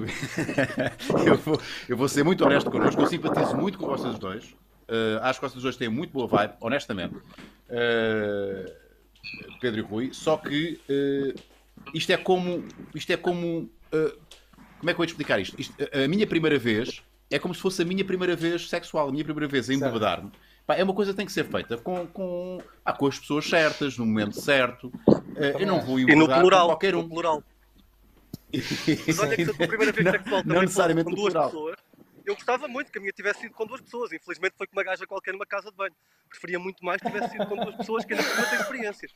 eu vou, eu vou ser muito honesto connosco. Eu simpatizo muito com vocês dois. Eh, acho que vocês dois têm muito boa vibe, honestamente. Eh, Pedro e Rui. Só que eh, isto é como. Isto é como. eh, como é que eu vou explicar isto? Isto, a- a minha primeira vez é como se fosse a minha primeira vez sexual, a minha primeira vez a
Certo.
embebedar-me. Pá, É uma coisa que tem que ser feita com, com, ah, com as pessoas certas, no momento certo. Eh, eu não vou
E no
embebedar com
plural,
qualquer um.
no plural. Mas olha que se a tua primeira vez
Não-
sexual
não
também fosse
necessariamente
com duas
plural.
pessoas, eu gostava muito que a minha tivesse sido com duas pessoas. Infelizmente foi com uma gaja qualquer numa casa de banho. Preferia muito mais que tivesse sido com duas pessoas que ainda por cima tem experiência.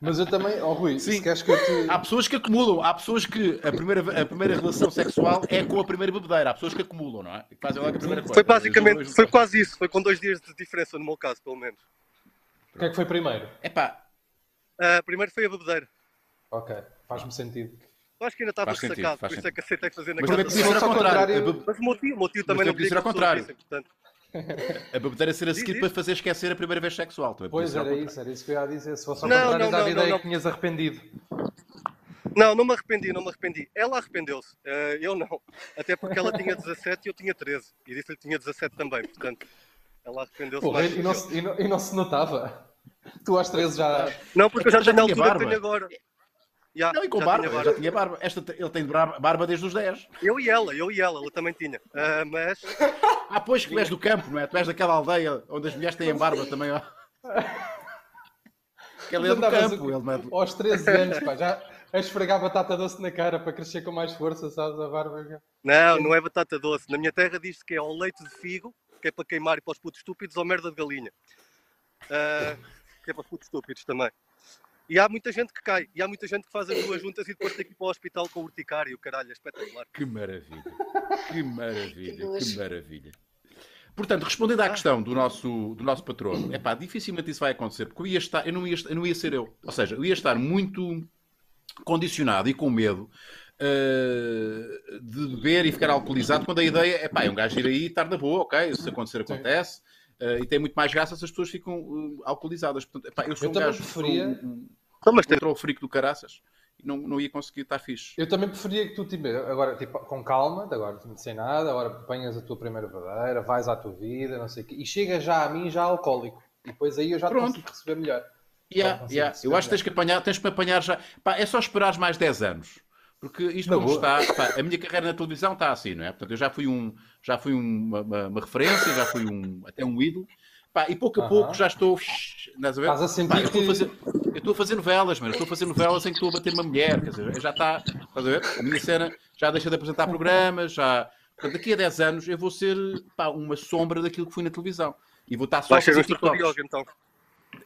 Mas eu também, oh Rui,
Sim. Ah.
se queres que eu te.
Há pessoas que acumulam, há pessoas que a primeira, a primeira relação sexual é com a primeira bebedeira, há pessoas que acumulam, não é? Que fazem logo a primeira coisa.
Foi basicamente,
Dois-
foi quase isso. Foi com dois dias de diferença no meu caso, pelo menos.
O que é que foi primeiro?
Epá,
Ah, primeiro foi a bebedeira.
Ok, faz-me sentido.
Eu acho que ainda estava
Faz sentido,
destacado, por
faz
isso é que aceitei fazer na
mas
casa
também
de
podia ser
banho.
Mas ao
ao contrário.
contrário-
A be-
Mas o meu tio, o meu tio também
Mas
não
eu podia
podia
ser ao
que as pessoas
contrário.
vissem, portanto.
A bebedeira ser a
Diz,
seguir
diz.
para fazer esquecer a primeira vez sexual. Também podia
Pois
ser ao
era
contrário.
isso, era isso que eu ia dizer. Se fosse ao
Não,
contrário,
não,
dava
não,
ideia
não, não.
que tinhas arrependido.
Não, não me arrependi, não me arrependi. Ela arrependeu-se, eh, eu não. Até porque ela tinha 17 e eu tinha 13. E disse-lhe que tinha 17 também, portanto. Ela arrependeu-se
Porra,
mais.
e
do
não,
que eu.
se- e, não, e não se notava. Tu às 13 já.
Não, porque eu já
Já
tenho a
tinha
altura
barba.
que tenho agora. Já,
Não, e com
já
barba,
tinha
já tinha barba. Esta, te- ele tem barba barba desde os 10.
Eu e ela, eu e ela, ela também tinha. Ah, mas
Ah, pois que tu és do campo, não é? Tu és daquela aldeia onde as mulheres têm barba também, ó. Que ele é do
andavas
campo, ele não é do-
Aos 13 anos, pá, já a esfregar batata doce na cara para crescer com mais força, sabes? A barba.
não, não é batata doce. Na minha terra diz-se que é ao leite de figo, que é para queimar e para os putos estúpidos, ou merda de galinha. Ah, que é para os putos estúpidos também. E há muita gente que cai, e há muita gente que faz as duas juntas e depois tem que ir para o hospital com urticária, e o caralho, é espetacular.
Que maravilha, que maravilha, que,
nojo.
maravilha. Portanto, respondendo à questão do nosso, do nosso patrono, é pá, dificilmente isso vai acontecer, porque eu, ia estar, eu, não ia, eu não ia ser eu. Ou seja, eu ia estar muito condicionado e com medo uh, de beber e ficar alcoolizado quando a ideia é pá, é um gajo ir aí e estar na boa, ok? Se acontecer, acontece. Uh, e tem muito mais graça se as pessoas ficam uh, alcoolizadas. Portanto, epá, eu sou
Eu
um
também
gajo,
preferia-
sou um, um
Não, Então, mas tem-
control freak do caraças e não, não ia conseguir estar fixe.
Eu também preferia que tu, tipo, agora, tipo, com calma, de agora sem nada, agora apanhas a tua primeira verdadeira, vais à tua vida, não sei o quê, e chega já a mim já alcoólico. E depois aí eu já te
Pronto.
consigo receber melhor.
Yeah,
Pode
yeah.
ser,
Eu acho que
se
tens que apanhar, tens que me apanhar já. Pá, é só esperares mais 10 anos. Porque isto
Na
como
boa.
está, pá, a minha carreira na televisão está assim, não é? Portanto, eu já fui, um, já fui uma, uma- uma referência, já fui um, até um ídolo. Pá, e pouco a
Aham.
pouco já estou. Estás a ver?
Estás a sentir
Pá, eu, estou a
que-
fazer, eu estou a fazer novelas, mano. Eu estou a fazer novelas em que estou a bater uma mulher. Quer dizer, já está. Estás a ver? A minha cena já deixa de apresentar programas. Já... Portanto, daqui a 10 anos eu vou ser pá, uma sombra daquilo que fui na televisão. E vou estar só a
vai ser um
fazer
instrutor de
TikToks
yoga, então.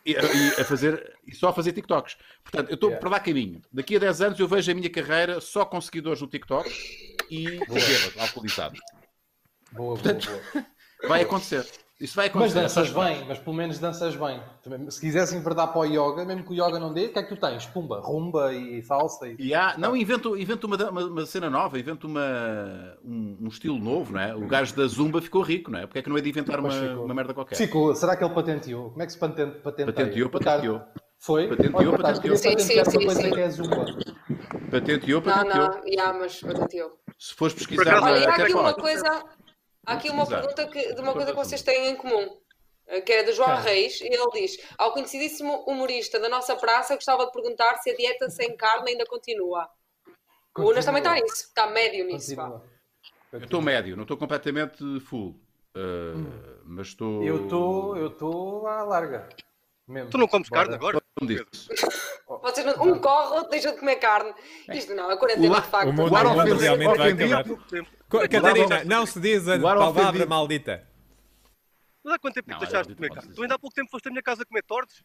e, e a fazer, e só a fazer TikToks. Portanto, eu estou
Yeah.
para lá caminho. Daqui a 10 anos eu vejo a minha carreira só com seguidores no TikTok e bêbado, alcoolizado.
Boa, boa, boa.
Vai acontecer. Isso vai
Mas
acontecer.
danças bem, mas pelo menos danças bem. Também, Se quiseres enverdar para o yoga, mesmo que o yoga não dê, o que é que tu tens? Pumba, rumba e salsa e.
E há- não, invento, invento uma, uma, uma cena nova, invento uma, um, um estilo novo, não é? O gajo da Zumba ficou rico, não é? Porque é que não é de inventar uma,
Pois ficou.
uma merda qualquer?
Ficou, será que ele patenteou? Como é que se patente, patenteia?
Patenteou,
Por acaso-
patenteou.
Foi?
Patenteou,
Olha, por acaso,
patenteou.
queria
Sim, sim,
patentear uma
sim,
coisa
sim.
que é zumba.
Patenteou,
Não,
patenteou.
não, já, mas bateu.
Se fores
Por
pesquisar,
acaso-
na-
Olha, há
até
aqui uma
pode.
coisa, há aqui uma
é Exato.
pergunta que, de uma coisa que vocês têm em comum, eh, que é do João
Quem?
Reis, e ele diz: Ao conhecidíssimo humorista da nossa praça, gostava de perguntar se a dieta sem carne ainda continua. O Unas também está nisso, está médio nisso. pá.
Continua.
Eu estou médio, não estou completamente full. Uh, Mas estou.
Eu estou eu tô à larga. Mesmo.
Tu não comes
Bora.
carne agora?
Como
Pedro?
disse.
Vocês não- um corre, outro deixa de comer carne. Isto não, a
O
quarentena
la-
de facto.
o mundo-
É. O ar
Não, não,
ofendido-
realmente vai
ofendido-
acabar.
Pouco tempo.
Co-
Mas
Catarina,
há-
não se diz a
O ar
palavra
ofendido.
maldita.
Mas há quanto tempo é
Não,
que deixaste
eu
de comer
posso
carne?
dizer.
Tu ainda há pouco tempo foste à minha casa comer tortes?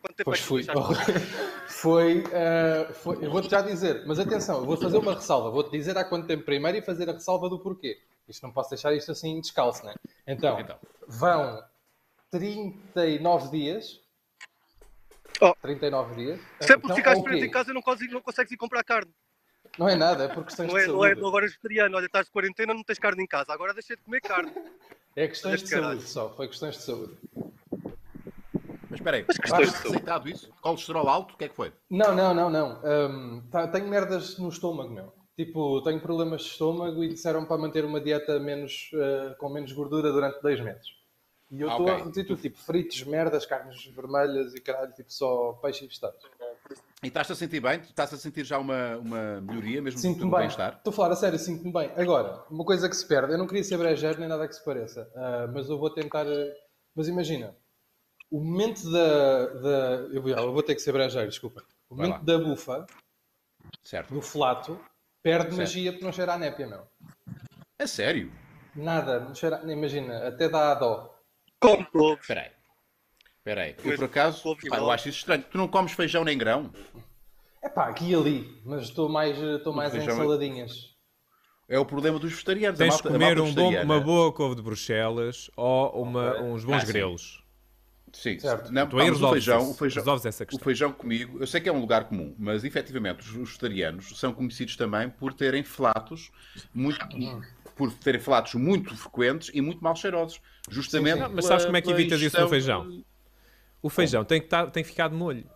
Quanto tempo
Pois
é que
fui. Oh.
tu deixaste?
foi, eh, foi- Eu vou-te já dizer, mas atenção, eu vou fazer uma ressalva. Vou-te dizer há quanto tempo primeiro e fazer a ressalva do porquê. Isto não posso deixar isto assim descalço, né? Então,
Então.
vão 39 dias.
Oh.
39 dias.
Sempre
Então,
que ficares
ao
preso
quê?
em casa não consegues, não consegues ir comprar carne.
Não é nada, é por questões
Não é,
de
não é
saúde.
não, agora és vegetariano, olha, estás de quarentena, não tens carne em casa. Agora deixa de comer carne.
É questões de
Olha, caralho.
saúde só. Foi questões de saúde.
Mas espera aí,
questões
estás
de saúde.
receitado isso? Colesterol alto, o que é que foi?
Não, não, não, não. Ahm, tá- tenho merdas no estômago, meu. Tipo, tenho problemas de estômago e disseram para manter uma dieta menos, ah, com menos gordura durante dois meses. E eu
Ah,
estou
ok.
a reduzir tudo, tipo, fritos, merdas, carnes vermelhas e caralho, tipo, só peixe e vegetais.
E estás-te a sentir bem? Estás a sentir já uma, uma melhoria, mesmo que
Sinto-me
tu
bem.
bem-estar?
Estou a falar a sério, sinto-me bem. Agora, uma coisa que se perde, eu não queria ser brejeiro nem nada que se pareça, ah, mas eu vou tentar. ah, Mas imagina, o momento da. da- Eu, vou, eu vou ter que ser brejeiro, desculpa. O
Vai
momento da bufa,
Certo.
do flato, perde
Certo.
magia porque não cheira a népia, meu.
A sério?
Nada, não cheira. Imagina, até dá a dó.
Como? Ovos.
Espera aí. Espera aí. Eu,
Mas
por acaso,
couves
pá, eu
não.
acho isso estranho. Tu não comes feijão nem grão?
É pá, aqui e ali, mas estou mais, estou mais em
feijão é-
saladinhas.
É o problema dos vegetarianos. a
Tens de
malta- a
comer
malta
um bom-
vegetariana.
uma boa couve de Bruxelas ou uma- uns bons
Ah, sim.
grelos.
Sim,
Certo.
não,
Tu aí
pá, mas o
resolves
feijão,
isso.
o feijão,
Resolves essa questão.
o feijão comigo, eu sei que é um lugar comum, mas efetivamente os os vegetarianos são conhecidos também por terem flatos muito, por terem flatos muito frequentes e muito mal cheirosos, justamente.
Não, mas
pela-
sabes como é que
pela
evitas isso
ingestão
no feijão? O feijão tem que, tá- tem que ficar de molho.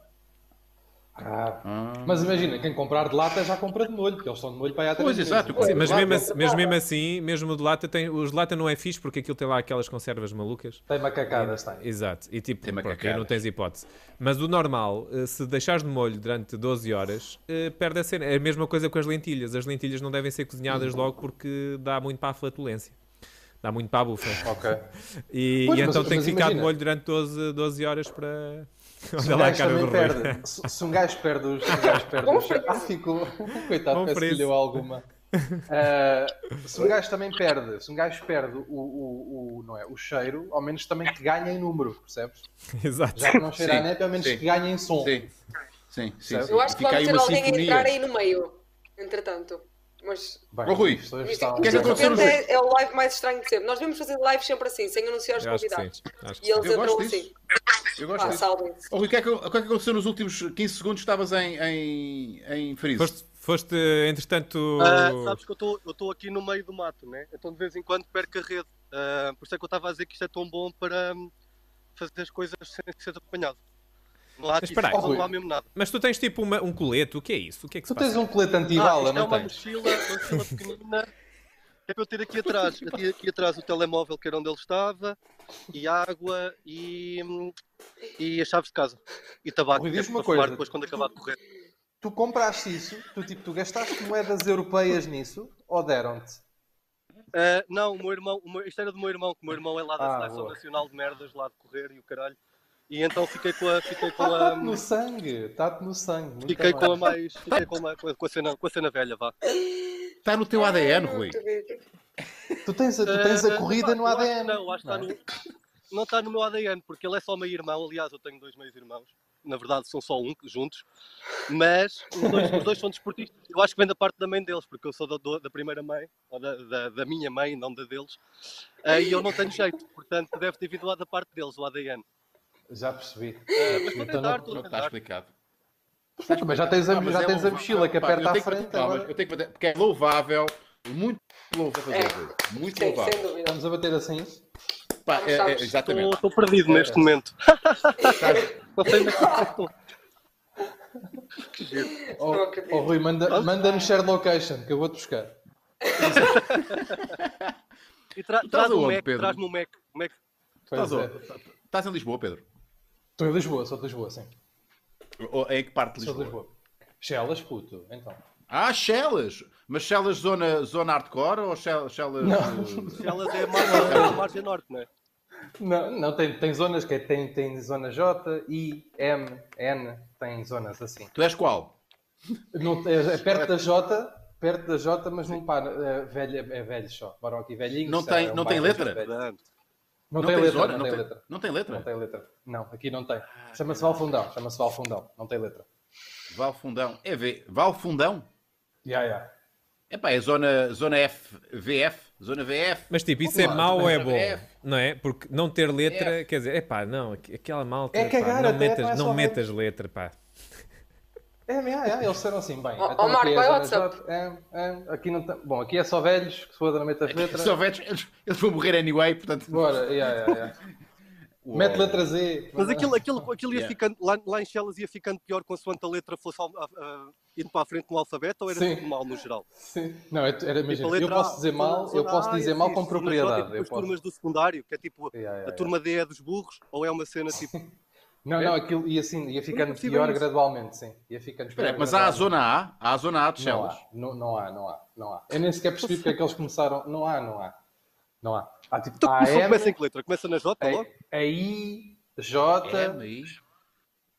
Ah. Mas imagina, quem comprar de lata já compra de molho, porque eles estão de molho para aí há três
Pois,
meses,
exato,
não é?
sim,
Mas
Lá tá.
mesmo,
não
assim,
se
mas
fala.
mesmo assim, mesmo o de lata tem. Os de lata não é fixe porque aquilo tem lá aquelas conservas malucas.
Tem macacadas, tem.
Exato. E tipo,
Tem
pronto, aí
macacadas.
não tens hipótese. Mas o normal, eh, se deixares de molho durante 12 horas, eh, perde a cena. É a mesma coisa com as lentilhas. As lentilhas não devem ser cozinhadas
Hum.
logo porque dá muito para a flatulência. Dá muito para a bufa.
Ok.
E,
Pois,
e
mas-
então tem que
mas
ficar de
imagina.
molho durante 12, 12 horas para.
Se
Olha
um
lá a
gajo
cara do
também
Rui.
perde. Se, se um gajo perde os. Se um gajo perde
Bom
os
preço.
ah, ficou. Coitado,
Bom
parece que
preço.
lhe deu alguma. Ah, se um gajo também perde, se um gajo perde o, o, o- não é, o cheiro, ao menos também que ganha em número, percebes?
Exato.
Já que não cheira a
Sim,
népia, ao menos
sim.
que ganha em som.
Sim, sim, sim.
Certo.
sim.
Eu acho que
Fica
vamos
aí
ter
uma
alguém a
sinfonia.
entrar aí no meio, entretanto. Mas
Bem,
Ó, Rui,
as pessoas
isto,
estavam-
que é que
isto de
aconteceu
repente
nos
é, é o live mais estranho de sempre. Nós vamos fazer live sempre assim, sem anunciar os
Eu acho que
convidados.
sim. Acho que
E
sim.
eles
Eu
entram
gosto disso.
assim.
Eu gosto
Ah,
disso.
salvem-se.
Oh, Rui, o que, é que, o que é que aconteceu nos últimos 15 segundos? Estavas em, em, em Frizo.
Foste, foste, entretanto.
Ah, sabes que eu estou- eu estou aqui no meio do mato, né? Então de vez em quando perco a rede. Ah, por isso é que eu estava a dizer que isto é tão bom para hum, fazer as coisas sem ser apanhado. Não há,
Mas espera aí.
atições, não
Rui.
há mesmo nada.
Mas tu tens tipo uma- um colete, o que é isso? O que é que se
Tu tens
passa?
um colete
Ah,
anti-bala,
isto é
não
uma
tens?
mochila, uma mochila pequenina. É para eu ter aqui atrás. Eu tinha aqui atrás o telemóvel que era onde ele estava, e água e, hum, e as chaves de casa. E tabaco.
Rui,
que é
diz-me uma
para fumar
coisa.
Depois quando acabar de correr.
Tu compraste isso, tu, tipo, tu gastaste moedas europeias nisso, ou deram-te?
Ah, não, o meu irmão, o meu- isto era do meu irmão, que o meu irmão é lá da
Ah,
seleção
boa.
nacional de merdas, lá de correr e o caralho. E então fiquei com a, fiquei com a,
Está-te no sangue, está-te no sangue. muito
fiquei
bem.
com a mais, fiquei com, uma, com, a, com a cena, com a cena velha, vá.
É,
Está no teu
Ah,
ADN, Rui.
Muito bem.
Tu tens a, tu tens a
Ah,
corrida
pá,
no
eu acho que
ADN.
Não, eu acho que tá está
não é?
no, não está no meu ADN, porque ele é só meio irmão. Aliás, eu tenho dois meios irmãos. Na verdade, são só um, juntos. Mas os dois, os dois são desportistas. Eu acho que vem da parte da mãe deles, porque eu sou da, do- da primeira mãe, ou da, da- da minha mãe, não da deles. Ah, e eu não tenho jeito, portanto, deve ter vindo lá da parte deles, o ADN.
Já percebi. Já
Ah, mas
percebi.
vou
Então
tentar,
não-
tô-
Está explicado.
Mas já tens a,
Ah, mas
já tens
é
a
louvável.
mochila que
Pá,
aperta
eu
à
tenho que
frente.
bater palmas,
agora.
Eu tenho que bater, porque é louvável, muito louvável fazer, Rui. Muito
Sim, sem
louvável.
dúvida.
Estamos a bater assim.
Pá, é- é-
Estou-
Estou
exatamente.
estou perdido
É.
neste momento. não sei onde é que eu estou.
Oh,
Estou a acreditar.
oh, Rui, manda- manda-me share location que eu vou-te buscar.
E tra-
Tu estás
traz-me um
aonde,
Mac,
Pedro?
traz-me um Mac. Um Mac.
Pois
Estás,
é.
onde? Estás em Lisboa, Pedro?
Estou em Lisboa, sou de Lisboa, sim.
Ou em que parte de
Sou de
Lisboa?
Lisboa. Chelas, puto, então.
Ah, Chelas! Mas Chelas zona, zona hardcore ou Chelas... Chelas eh,
Elas é a margem, é a margem norte, não é?
Não, não tem, tem zonas que é- tem, tem zona J, I, M, N, tem zonas assim.
Tu és qual?
Não, é, é perto da J, perto da J, mas não para. É velho, é velho só. Moram aqui velhinhos.
Não
sabe,
tem-
é um
não tem
bairro
letra?
velho.
Verdade.
Não,
Não
tem
tens
letra,
hora?
não, tem
tem-
letra.
Não tem letra?
Não tem letra. Não, aqui não tem. Chama-se Valfundão. Chama-se Valfundão. Não tem letra.
Valfundão. É V. Valfundão?
Ya, ya.
Epá, é zona, zona F, VF, zona VF.
Mas tipo, isso
Vamos
é
lá,
mau ou é
zona
bom?
VF.
Não é? Porque não ter letra,
É.
quer dizer, é pá, não, aqu- aquela malta,
É
pá,
cagar
não,
até,
metas,
pá, é
não
só
metas letra, pá.
É, ya, ya, eles disseram assim, bem.
Ó,
então
ó, Marco,
aqui é
vai
zona
WhatsApp.
J, é, é, aqui não tem- Bom, aqui é só velhos, que se foda na meta de letra.
Se houveres, eles, eles vão morrer anyway, portanto.
Bora, ya, ya, ya.
Uou.
Mete letra Z.
Mas aquilo, aquilo, aquilo ia
Yeah.
ficando, lá, lá em Chelas ia ficando pior consoante a letra fosse al- a- a- indo para a frente no alfabeto ou era
Sim.
tudo mal no geral?
Sim. Não, é- era, imagina,
Tipo,
eu
letra A,
posso dizer
zona-
mal, eu
zona
posso
A é
dizer mal
fixe,
com
zona J é
propriedade.
tipo
eu
as
posso-
turmas do secundário, que é tipo
Ya, ya,
a
ya.
turma D é dos burros ou é uma cena tipo.
Não, não, aquilo ia assim, ia ficando
possível É,
pior
isso.
gradualmente, sim. Ia ficando
Espera aí,
pior
mas há a
gradualmente.
zona A, há a zona A de
Não
Chelas.
há, não, não há, não há, não há. Eu nem sequer percebi porque é que eles começaram. Não há, não há. Não há. Há tipo
Então,
A,
começa-
M, É.
começa em que letra? Começa na J logo?
a, a I, J,
É, mas-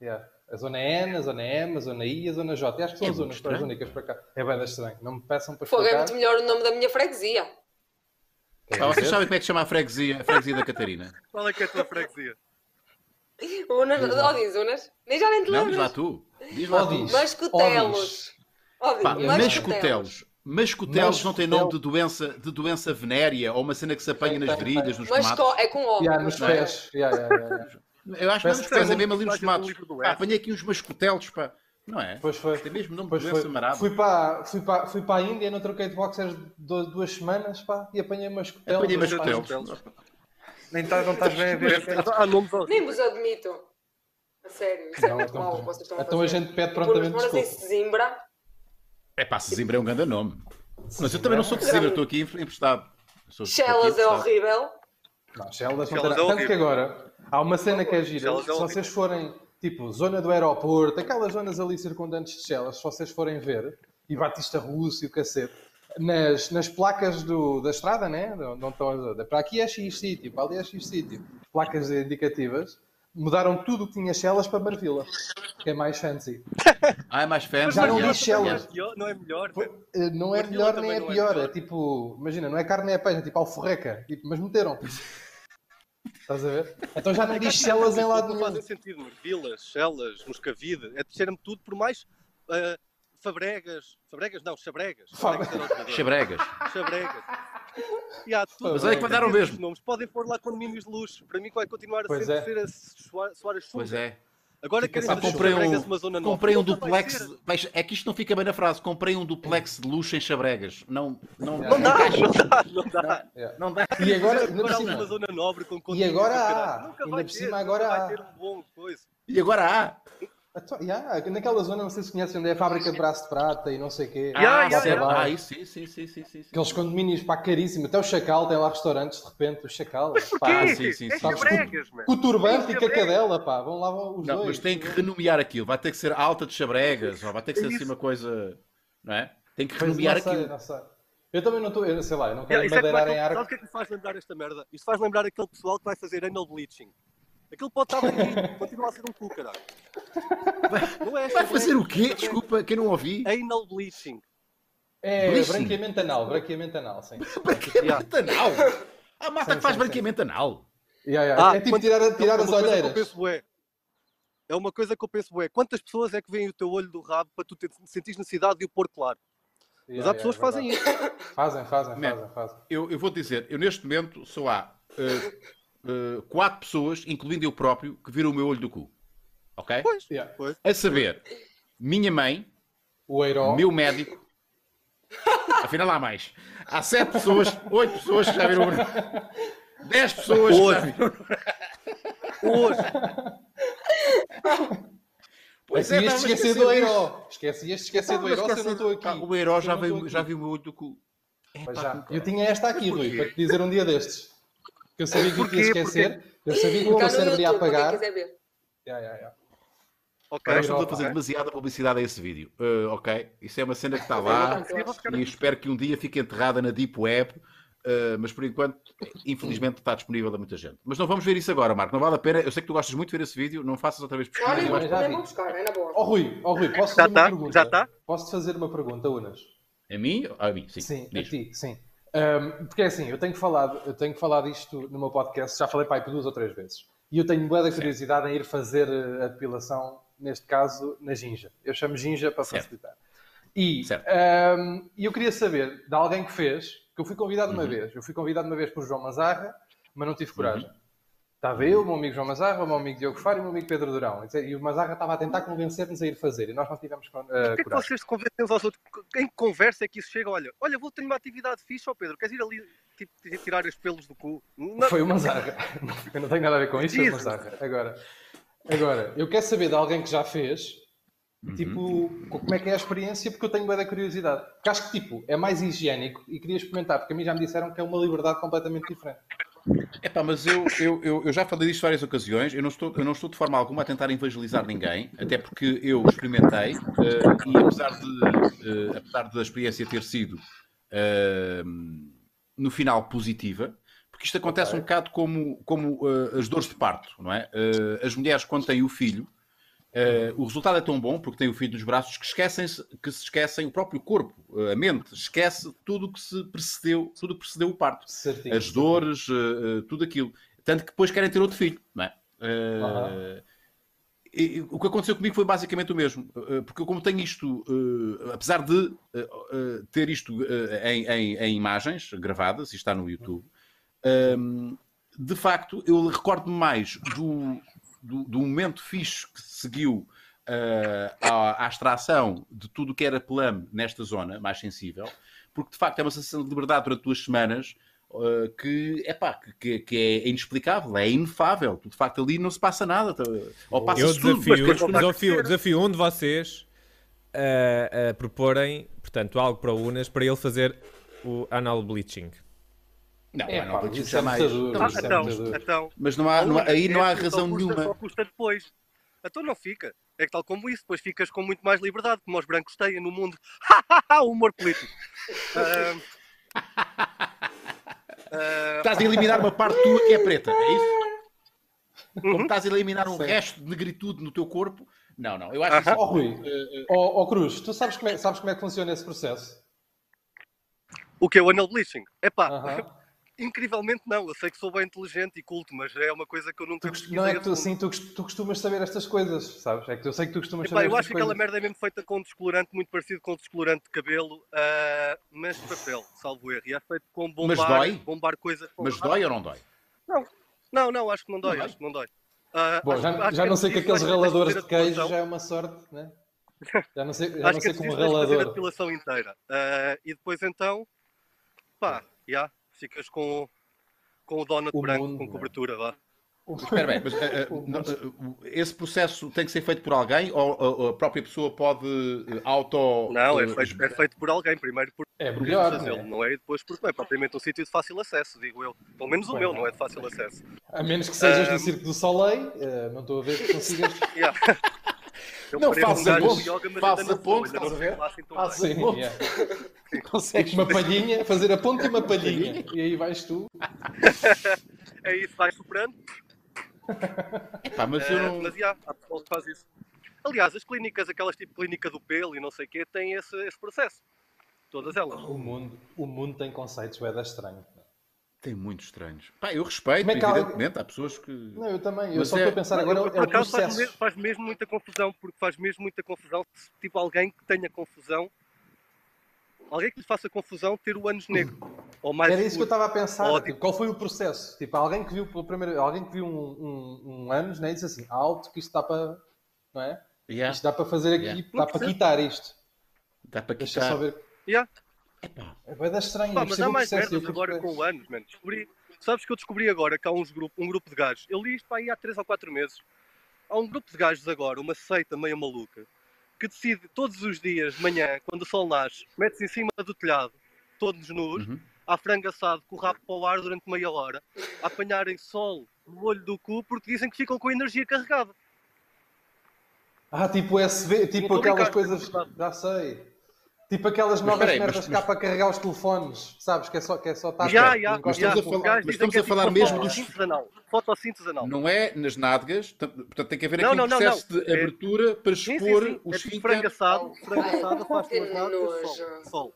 yeah. a zona N, a zona M, a zona I, a zona J. E acho que são
É
as
muito
zonas são as
estranho.
únicas para cá. É bem estranho. Não me peçam para
Fogo é
explicar.
muito melhor o nome da minha freguesia.
Quer
Pá, vocês
dizer,
sabem como é que se chama a freguesia, a freguesia da Catarina?
Qual é que é a tua freguesia?
Unas, ou diz Unas. Nem já nem te
Não, diz lá
lembras.
tu. Diz lá
Ou
tu.
diz, ou
Mascotelos.
diz.
Ou Oh, diz,
Pá,
Mascotelos.
mascotelos. Mascotelos não tem
Mascotel-
nome de doença, de doença venérea ou uma cena que se apanha nas
Tem, tem,
virilhas, nos
Masco
tomates.
é com O.
Yeah, nos
Não é?
pés. Yeah, yeah, yeah, yeah.
Eu acho que
Parece
os
que
pés
tem
é mesmo ali nos
página do
tomates.
um livro do
Pá,
F.
apanhei aqui uns mascotelos, pá. Não é?
Pois foi.
Tem mesmo nome
Pois
de
foi.
doença marada.
Fui para, fui, para, fui para a Índia, não troquei de boxers do- duas semanas pá, e apanhei umas cotelas.
Apanhei
Mas, pá,
mascotelos.
Nem estás, não estás bem a ver.
Há nomes ao-
Nem vos admito. A sério, isso é
Não,
muito
então-
mau o que vocês estão a
então
fazer.
a gente pede
E
prontamente
por- por assim,
desculpa.
Zimbra,
É pá, Sesimbra é um grande nome. Mas eu também não
é?
sou de Sesimbra, estou aqui emprestado. Sou- estou aqui
Chelas é
emprestado.
horrível.
Não, Chelas não
Chelas
terá.
é
Tanto
horrível.
que agora há uma cena que é gira.
Chelas é
Se vocês
horrível.
forem, tipo, zona do aeroporto, aquelas zonas ali circundantes de Chelas, se vocês forem ver, e Batista Russo e o cacete, nas, nas placas do- da estrada, né? Não, não estão as outras. Para aqui é X sítio, para ali é X sítio. Placas indicativas. Mudaram tudo o que tinha Chelas para Marvila, que é mais fancy.
Ah, é mais fancy.
Já não
é.
diz Chelas.
Não é melhor?
Eh, Não é
Marvila
melhor
também
nem é
não é
pior. É
melhor.
tipo, imagina, não é carne nem é peixe, é tipo alforreca. Tipo, mas meteram. Estás a ver? Então já não diz celas em lado
não
nenhum.
fazem sentido. Vilas, Chelas, Moscavide, é descer-me tudo por mais. ah, Fabregas, Fabregas não, Chabregas.
Fab-
Fabregas era o jogador.
Chabregas.
Chabregas. E há tudo.
Mas olha que
Tem
mandaram
esses
mesmo.
Nomes. Podem pôr lá condomínios de luxo. Para mim vai continuar a
Pois
ser,
é.
ser a soar, soar a chuva.
Pois é.
Agora querem
Pá,
fazer
comprei
Chabregas
um,
uma zona nova.
comprei um
Nunca vai
duplex.
ser.
Vais- É que isto não fica bem na frase. Comprei um duplex de luxo em Chabregas. Não, não,
É.
Não dá, não dá, não dá.
Yeah.
Não dá.
E agora, ainda por
Para uma
cima,
zona nobre com
E agora
condomínios,
há.
caralho. Nunca
Ainda
vai
por
ter,
cima
nunca
agora há.
vai ter um bom coisa.
E agora há.
então, yeah, naquela zona, não sei se conhecem onde é a fábrica de braço de prata e não sei o quê.
Yeah,
ah,
yeah,
sim,
yeah.
ah, isso, sim, sim, sim, sim, sim, sim.
Aqueles condomínios, pá, caríssimo. Até o Chacal tem lá restaurantes, de repente, o Chacal.
Ah,
Pá,
é
sim, sim, sim.
sabes, com, com o turbante e com a cadela, pá. Vão lá os
Não,
dois.
mas tem que renomear aquilo. Vai ter que ser alta de Chabregas. Ou vai ter que ser assim uma coisa. Não é? Tem que
Pois,
renomear
não sei,
aquilo.
não sei. Eu também não estou, eu sei lá, eu não quero yeah,
Yeah, isso é que
em
vai,
arco.
sabe o que é que me faz lembrar esta merda? Isto faz lembrar aquele pessoal que vai fazer anal bleaching. Aquilo pode estar aqui, continua a ser um cu, caralho. Não é
Vai fazer o quê? Desculpa, quem não ouvi.
Anal bleaching.
É,
Belíssimo.
branqueamento anal, branqueamento anal, sim.
Branqueamento anal. Há malta
Sim,
que faz
sim, sim.
branqueamento anal.
Yeah, yeah. é tipo
quando-
tirar,
é
tirar
uma
as
coisa que eu
olheiras.
penso, bué. É uma coisa que eu penso, bué. Quantas pessoas é que veem o teu olho do rabo para tu ter, sentires necessidade de o pôr claro? Mas há
é
pessoas que fazem isso.
isso. Fazem, fazem,
Man.
fazem, fazem.
eu, eu vou dizer, eu neste momento só há eh, eh, quatro pessoas, incluindo eu próprio, que viram o meu olho do cu. Ok?
Pois.
Yeah.
A saber, minha mãe,
O Eiró.
meu médico. Afinal, há mais. Há sete pessoas, oito pessoas que já viram. o meu- Dez pessoas que já
Hoje.
viram.
Hoje.
Pois
é, esqueci
pá, mas
esquecer
esqueci
do
disso.
Eiró. Esqueci este
Ah,
esquecer do
Mas
Eiró se eu não estou
esqueci- pá,
aqui.
O Eiró já,
Eu não tô
veio- já
aqui.
viu o meu olho do cu. É,
Pois
pá,
já.
que-
Eu tinha esta aqui, Rui, para te dizer um dia destes. Que eu sabia que eu ia
Porquê?
esquecer. Eu sabia que o
Cá
meu
no
cérebro
YouTube,
ia
para quem
apagar.
quiser ver.
Yeah, yeah, yeah.
Ok.
Nós estamos a
Europa,
fazer
é?
demasiada publicidade a esse vídeo, Eh, ok? Isso é uma cena que está lá e espero que um dia fique enterrada na Deep Web, eh, mas por enquanto, infelizmente, está disponível a muita gente. Mas não vamos ver isso agora, Marco, não vale a pena. Eu sei que tu gostas muito de ver esse vídeo, não faças outra vez pesquisa.
Não, nem
Mas
vou,
já
nem
vi.
vou buscar, é na boa.
Oh, Rui, oh, Rui, posso
Já
fazer uma
tá?
pergunta?
Já tá?
Posso-te fazer uma pergunta, Unas?
A mim? A mim, sim.
Sim, a
Diz.
ti, sim. Um, porque é assim, eu tenho falado, eu tenho falado isto no meu podcast, já falei para aí por duas ou três vezes. E eu tenho boa curiosidade em ir fazer eh, a depilação, neste caso, na ginja. Eu chamo ginja para
Certo.
facilitar. E
Certo.
um, e eu queria saber de alguém que fez, que eu fui convidado
Uhum.
uma vez. Eu fui convidado uma vez por João Mazarra, mas não tive coragem. Estava eu, o meu amigo João Mazarra, o meu amigo Diogo Faro e o meu amigo Pedro Durão. E o Mazarra estava a tentar convencer-nos a ir fazer e nós não tivemos con- eh,
Porquê é que
coragem.
vocês se convencem uns aos outros? Em que conversa é que isso chega? Olha, olha, vou ter uma atividade fixe, ó Pedro, queres ir ali tipo, t- tirar os pelos do cu? Não,
Foi uma zarra. Eu não tenho nada a ver com isso, foi uma
Isso.
zarra. Agora, agora, eu quero saber de alguém que já fez, tipo, co- como é que é a experiência, porque eu tenho bem da curiosidade. Porque acho que, tipo, é mais higiênico e queria experimentar, porque a mim já me disseram que é uma liberdade completamente diferente.
Epá, mas eu, eu, eu, eu já falei disto várias ocasiões, eu não, estou, eu não estou de forma alguma a tentar evangelizar ninguém, até porque eu experimentei eh, e apesar de eh, apesar da experiência ter sido eh, no final positiva, porque isto acontece um bocado como, como eh, as dores de parto, não é? Eh, as mulheres quando têm o filho, eh, o resultado é tão bom porque têm o filho nos braços que esquecem que se esquecem o próprio corpo, eh, a mente, esquece tudo o que se precedeu, tudo o que precedeu o parto
Certinho.
as dores, eh, eh, tudo aquilo. Tanto que depois querem ter outro filho, não é? Eh,
Aham.
e- e o que aconteceu comigo foi basicamente o mesmo, eh, porque eu como tenho isto, eh, apesar de eh, eh, ter isto eh, em, em- em imagens gravadas, e está no YouTube, ehm, de facto eu recordo-me mais do, do, do momento fixe que se seguiu eh, à, à extração de tudo o que era plame nesta zona mais sensível, porque de facto é uma sensação de liberdade durante duas semanas eh, que, epá, que- que, que é inexplicável, é inefável. Tu, De facto, ali não se passa nada. tá- Ou passa
Eu
tudo, mas
desafio,
depois tu não-
desafio, desafio um de vocês a, a proporem, portanto, algo para o Unas para ele fazer o anal bleaching.
Não,
É, pá,
não, não,
mas isso é
jamais.
muito duro,
Ah,
isso é
então,
muito duro.
então.
Mas não há, Ah, não há- aí não há
Só
razão
é custa- Só
nenhuma.
custa depois. Então não fica. É que tal como isso, depois ficas com muito mais liberdade, como os brancos têm no mundo. o humor político. Ahm, ah,
Estás a eliminar uma parte tua que é preta, é isso? Como
Uhum.
estás a eliminar um
Sim.
resto de negritude no teu corpo? Não, não, eu acho que
Ó Rui, ó ó, Cruz, tu sabes como, é, sabes como é que funciona esse processo?
o que é o anal bleaching? Epá,
Aham.
incrivelmente não. Eu sei que sou bem inteligente e culto, mas é uma coisa que eu nunca
Tu cost-
pesquisei
não é
a
que tu,
fundo.
assim, tu, cost- tu costumas saber estas coisas, sabes? É que eu sei que tu costumas
Epá,
saber
eu
estas
acho que aquela
coisas.
merda é mesmo feita com um descolorante muito parecido com um descolorante de cabelo, ah, mas de papel, salvo erro. E é feito com bombar,
dói?
bombar coisa.
Mas dói ou não dói?
Não, não, acho que não dói,
dói?
acho que não dói. Ah,
Bom,
acho- acho
já, já
é
não sei que
preciso,
aqueles
acho tens
raladores
fazer
de
a
queijo
depilação.
já é uma sorte, né? Já não sei, já
Acho
não
que é
sei como
preciso tens de fazer a
ralador.
depilação inteira. Ah, e depois então, pá, já, ficas com, com o donut
O
branco,
mundo,
com
né?
cobertura, vá.
Espera bem, mas eh, eh,
Uhum.
não, eh, esse processo tem que ser feito por alguém ou, ou a própria pessoa pode eh, auto.
Não, é
eh,
feito, é feito por alguém, primeiro por
É
por
melhor,
fazê-lo,
não é?
não é? E depois porque não é propriamente um sítio de fácil acesso, digo eu. Pelo menos o
Pois
meu
não.
não é de fácil acesso.
A menos que sejas
Ahm.
no Circo do Soleil, eh, não estou a ver que consigas.
Já. Eu
Não,
pareço um
falsa
gajo de
ponte,
yoga, mas
falsa
ainda não sou,
ponte,
ainda
estás
não
a ver?
sei lá assim tão bem.
Falsa-
Sim,
Bom.
yeah.
consegues-
Uma palhinha, fazer a ponta e uma palhinha. E aí vais tu.
É isso, vai superando.
Pá, mas eu
Eh,
não.
Mas já, há pessoal que faz isso. Aliás, as clínicas, aquelas tipo clínica do pelo e não sei o quê, têm esse, esse processo. Todas elas.
O mundo, o mundo tem conceitos, é estranho.
Tem muitos estranhos. Pá, eu respeito,
Como é que há-
evidentemente, há pessoas que.
Não, eu também. Eu
Mas
só
é-
estou a pensar agora,
Eu,
é
por
o
acaso faz
processo.
mesmo, faz mesmo muita confusão, porque faz mesmo muita confusão se tipo alguém que tenha confusão, alguém que lhe faça confusão ter o ânus negro. Ou mais
Era isso que eu
escuro.
estava a pensar.
Ótimo.
tipo, qual foi o processo? Tipo, alguém que viu pelo primeiro, alguém que viu um, um, um anos, né, e disse assim, alto que isto dá para, não é?
Yeah,
Isto dá para fazer aqui,
Yeah.
dá para quitar isto.
dá para
Deixa só
quitar.
ver.
Yeah.
É bué da estranho.
Pá,
eu
mas
percebo
há
o
mais
processo, eu
merdas agora
fico-
com o anos, mano. Descobri, sabes que eu descobri agora que há uns grupo, um grupo de gajos. Eu li isto pá, aí há 3 ou 4 meses. Há um grupo de gajos agora, uma seita meio maluca, que decide todos os dias de manhã, quando o sol nasce, mete-se em cima do telhado, todos nus,
Uhum.
à frango assado, com o rabo para o ar durante meia hora, a apanharem sol no olho do cu, porque dizem que ficam com a energia carregada.
Ah, tipo USB, tipo
Não tô
aquelas
brincando,
coisas.
não tô brincando.
Já sei. Tipo aquelas
Mas
novas
espera aí,
merdas
mas-
que há para carregar os telefones, sabes? Que é só, que é só estar.
Já,
espera,
já,
mas
já.
estamos a falar-
Os
mas
gajos dizem
estamos
que é
a falar
tipo
mesmo dos-
fotossíntese anal. Fotossíntese anal.
Não é nas nádegas, tam- portanto tem que haver
Não,
aqui
não,
um
não,
processo
não.
de
É-
abertura para
Sim,
expor
sim, sim.
o
É tipo
esfíncter.
frango assado, frango assado, faz
que
duas nádegas,
nojo.
é sol, sol.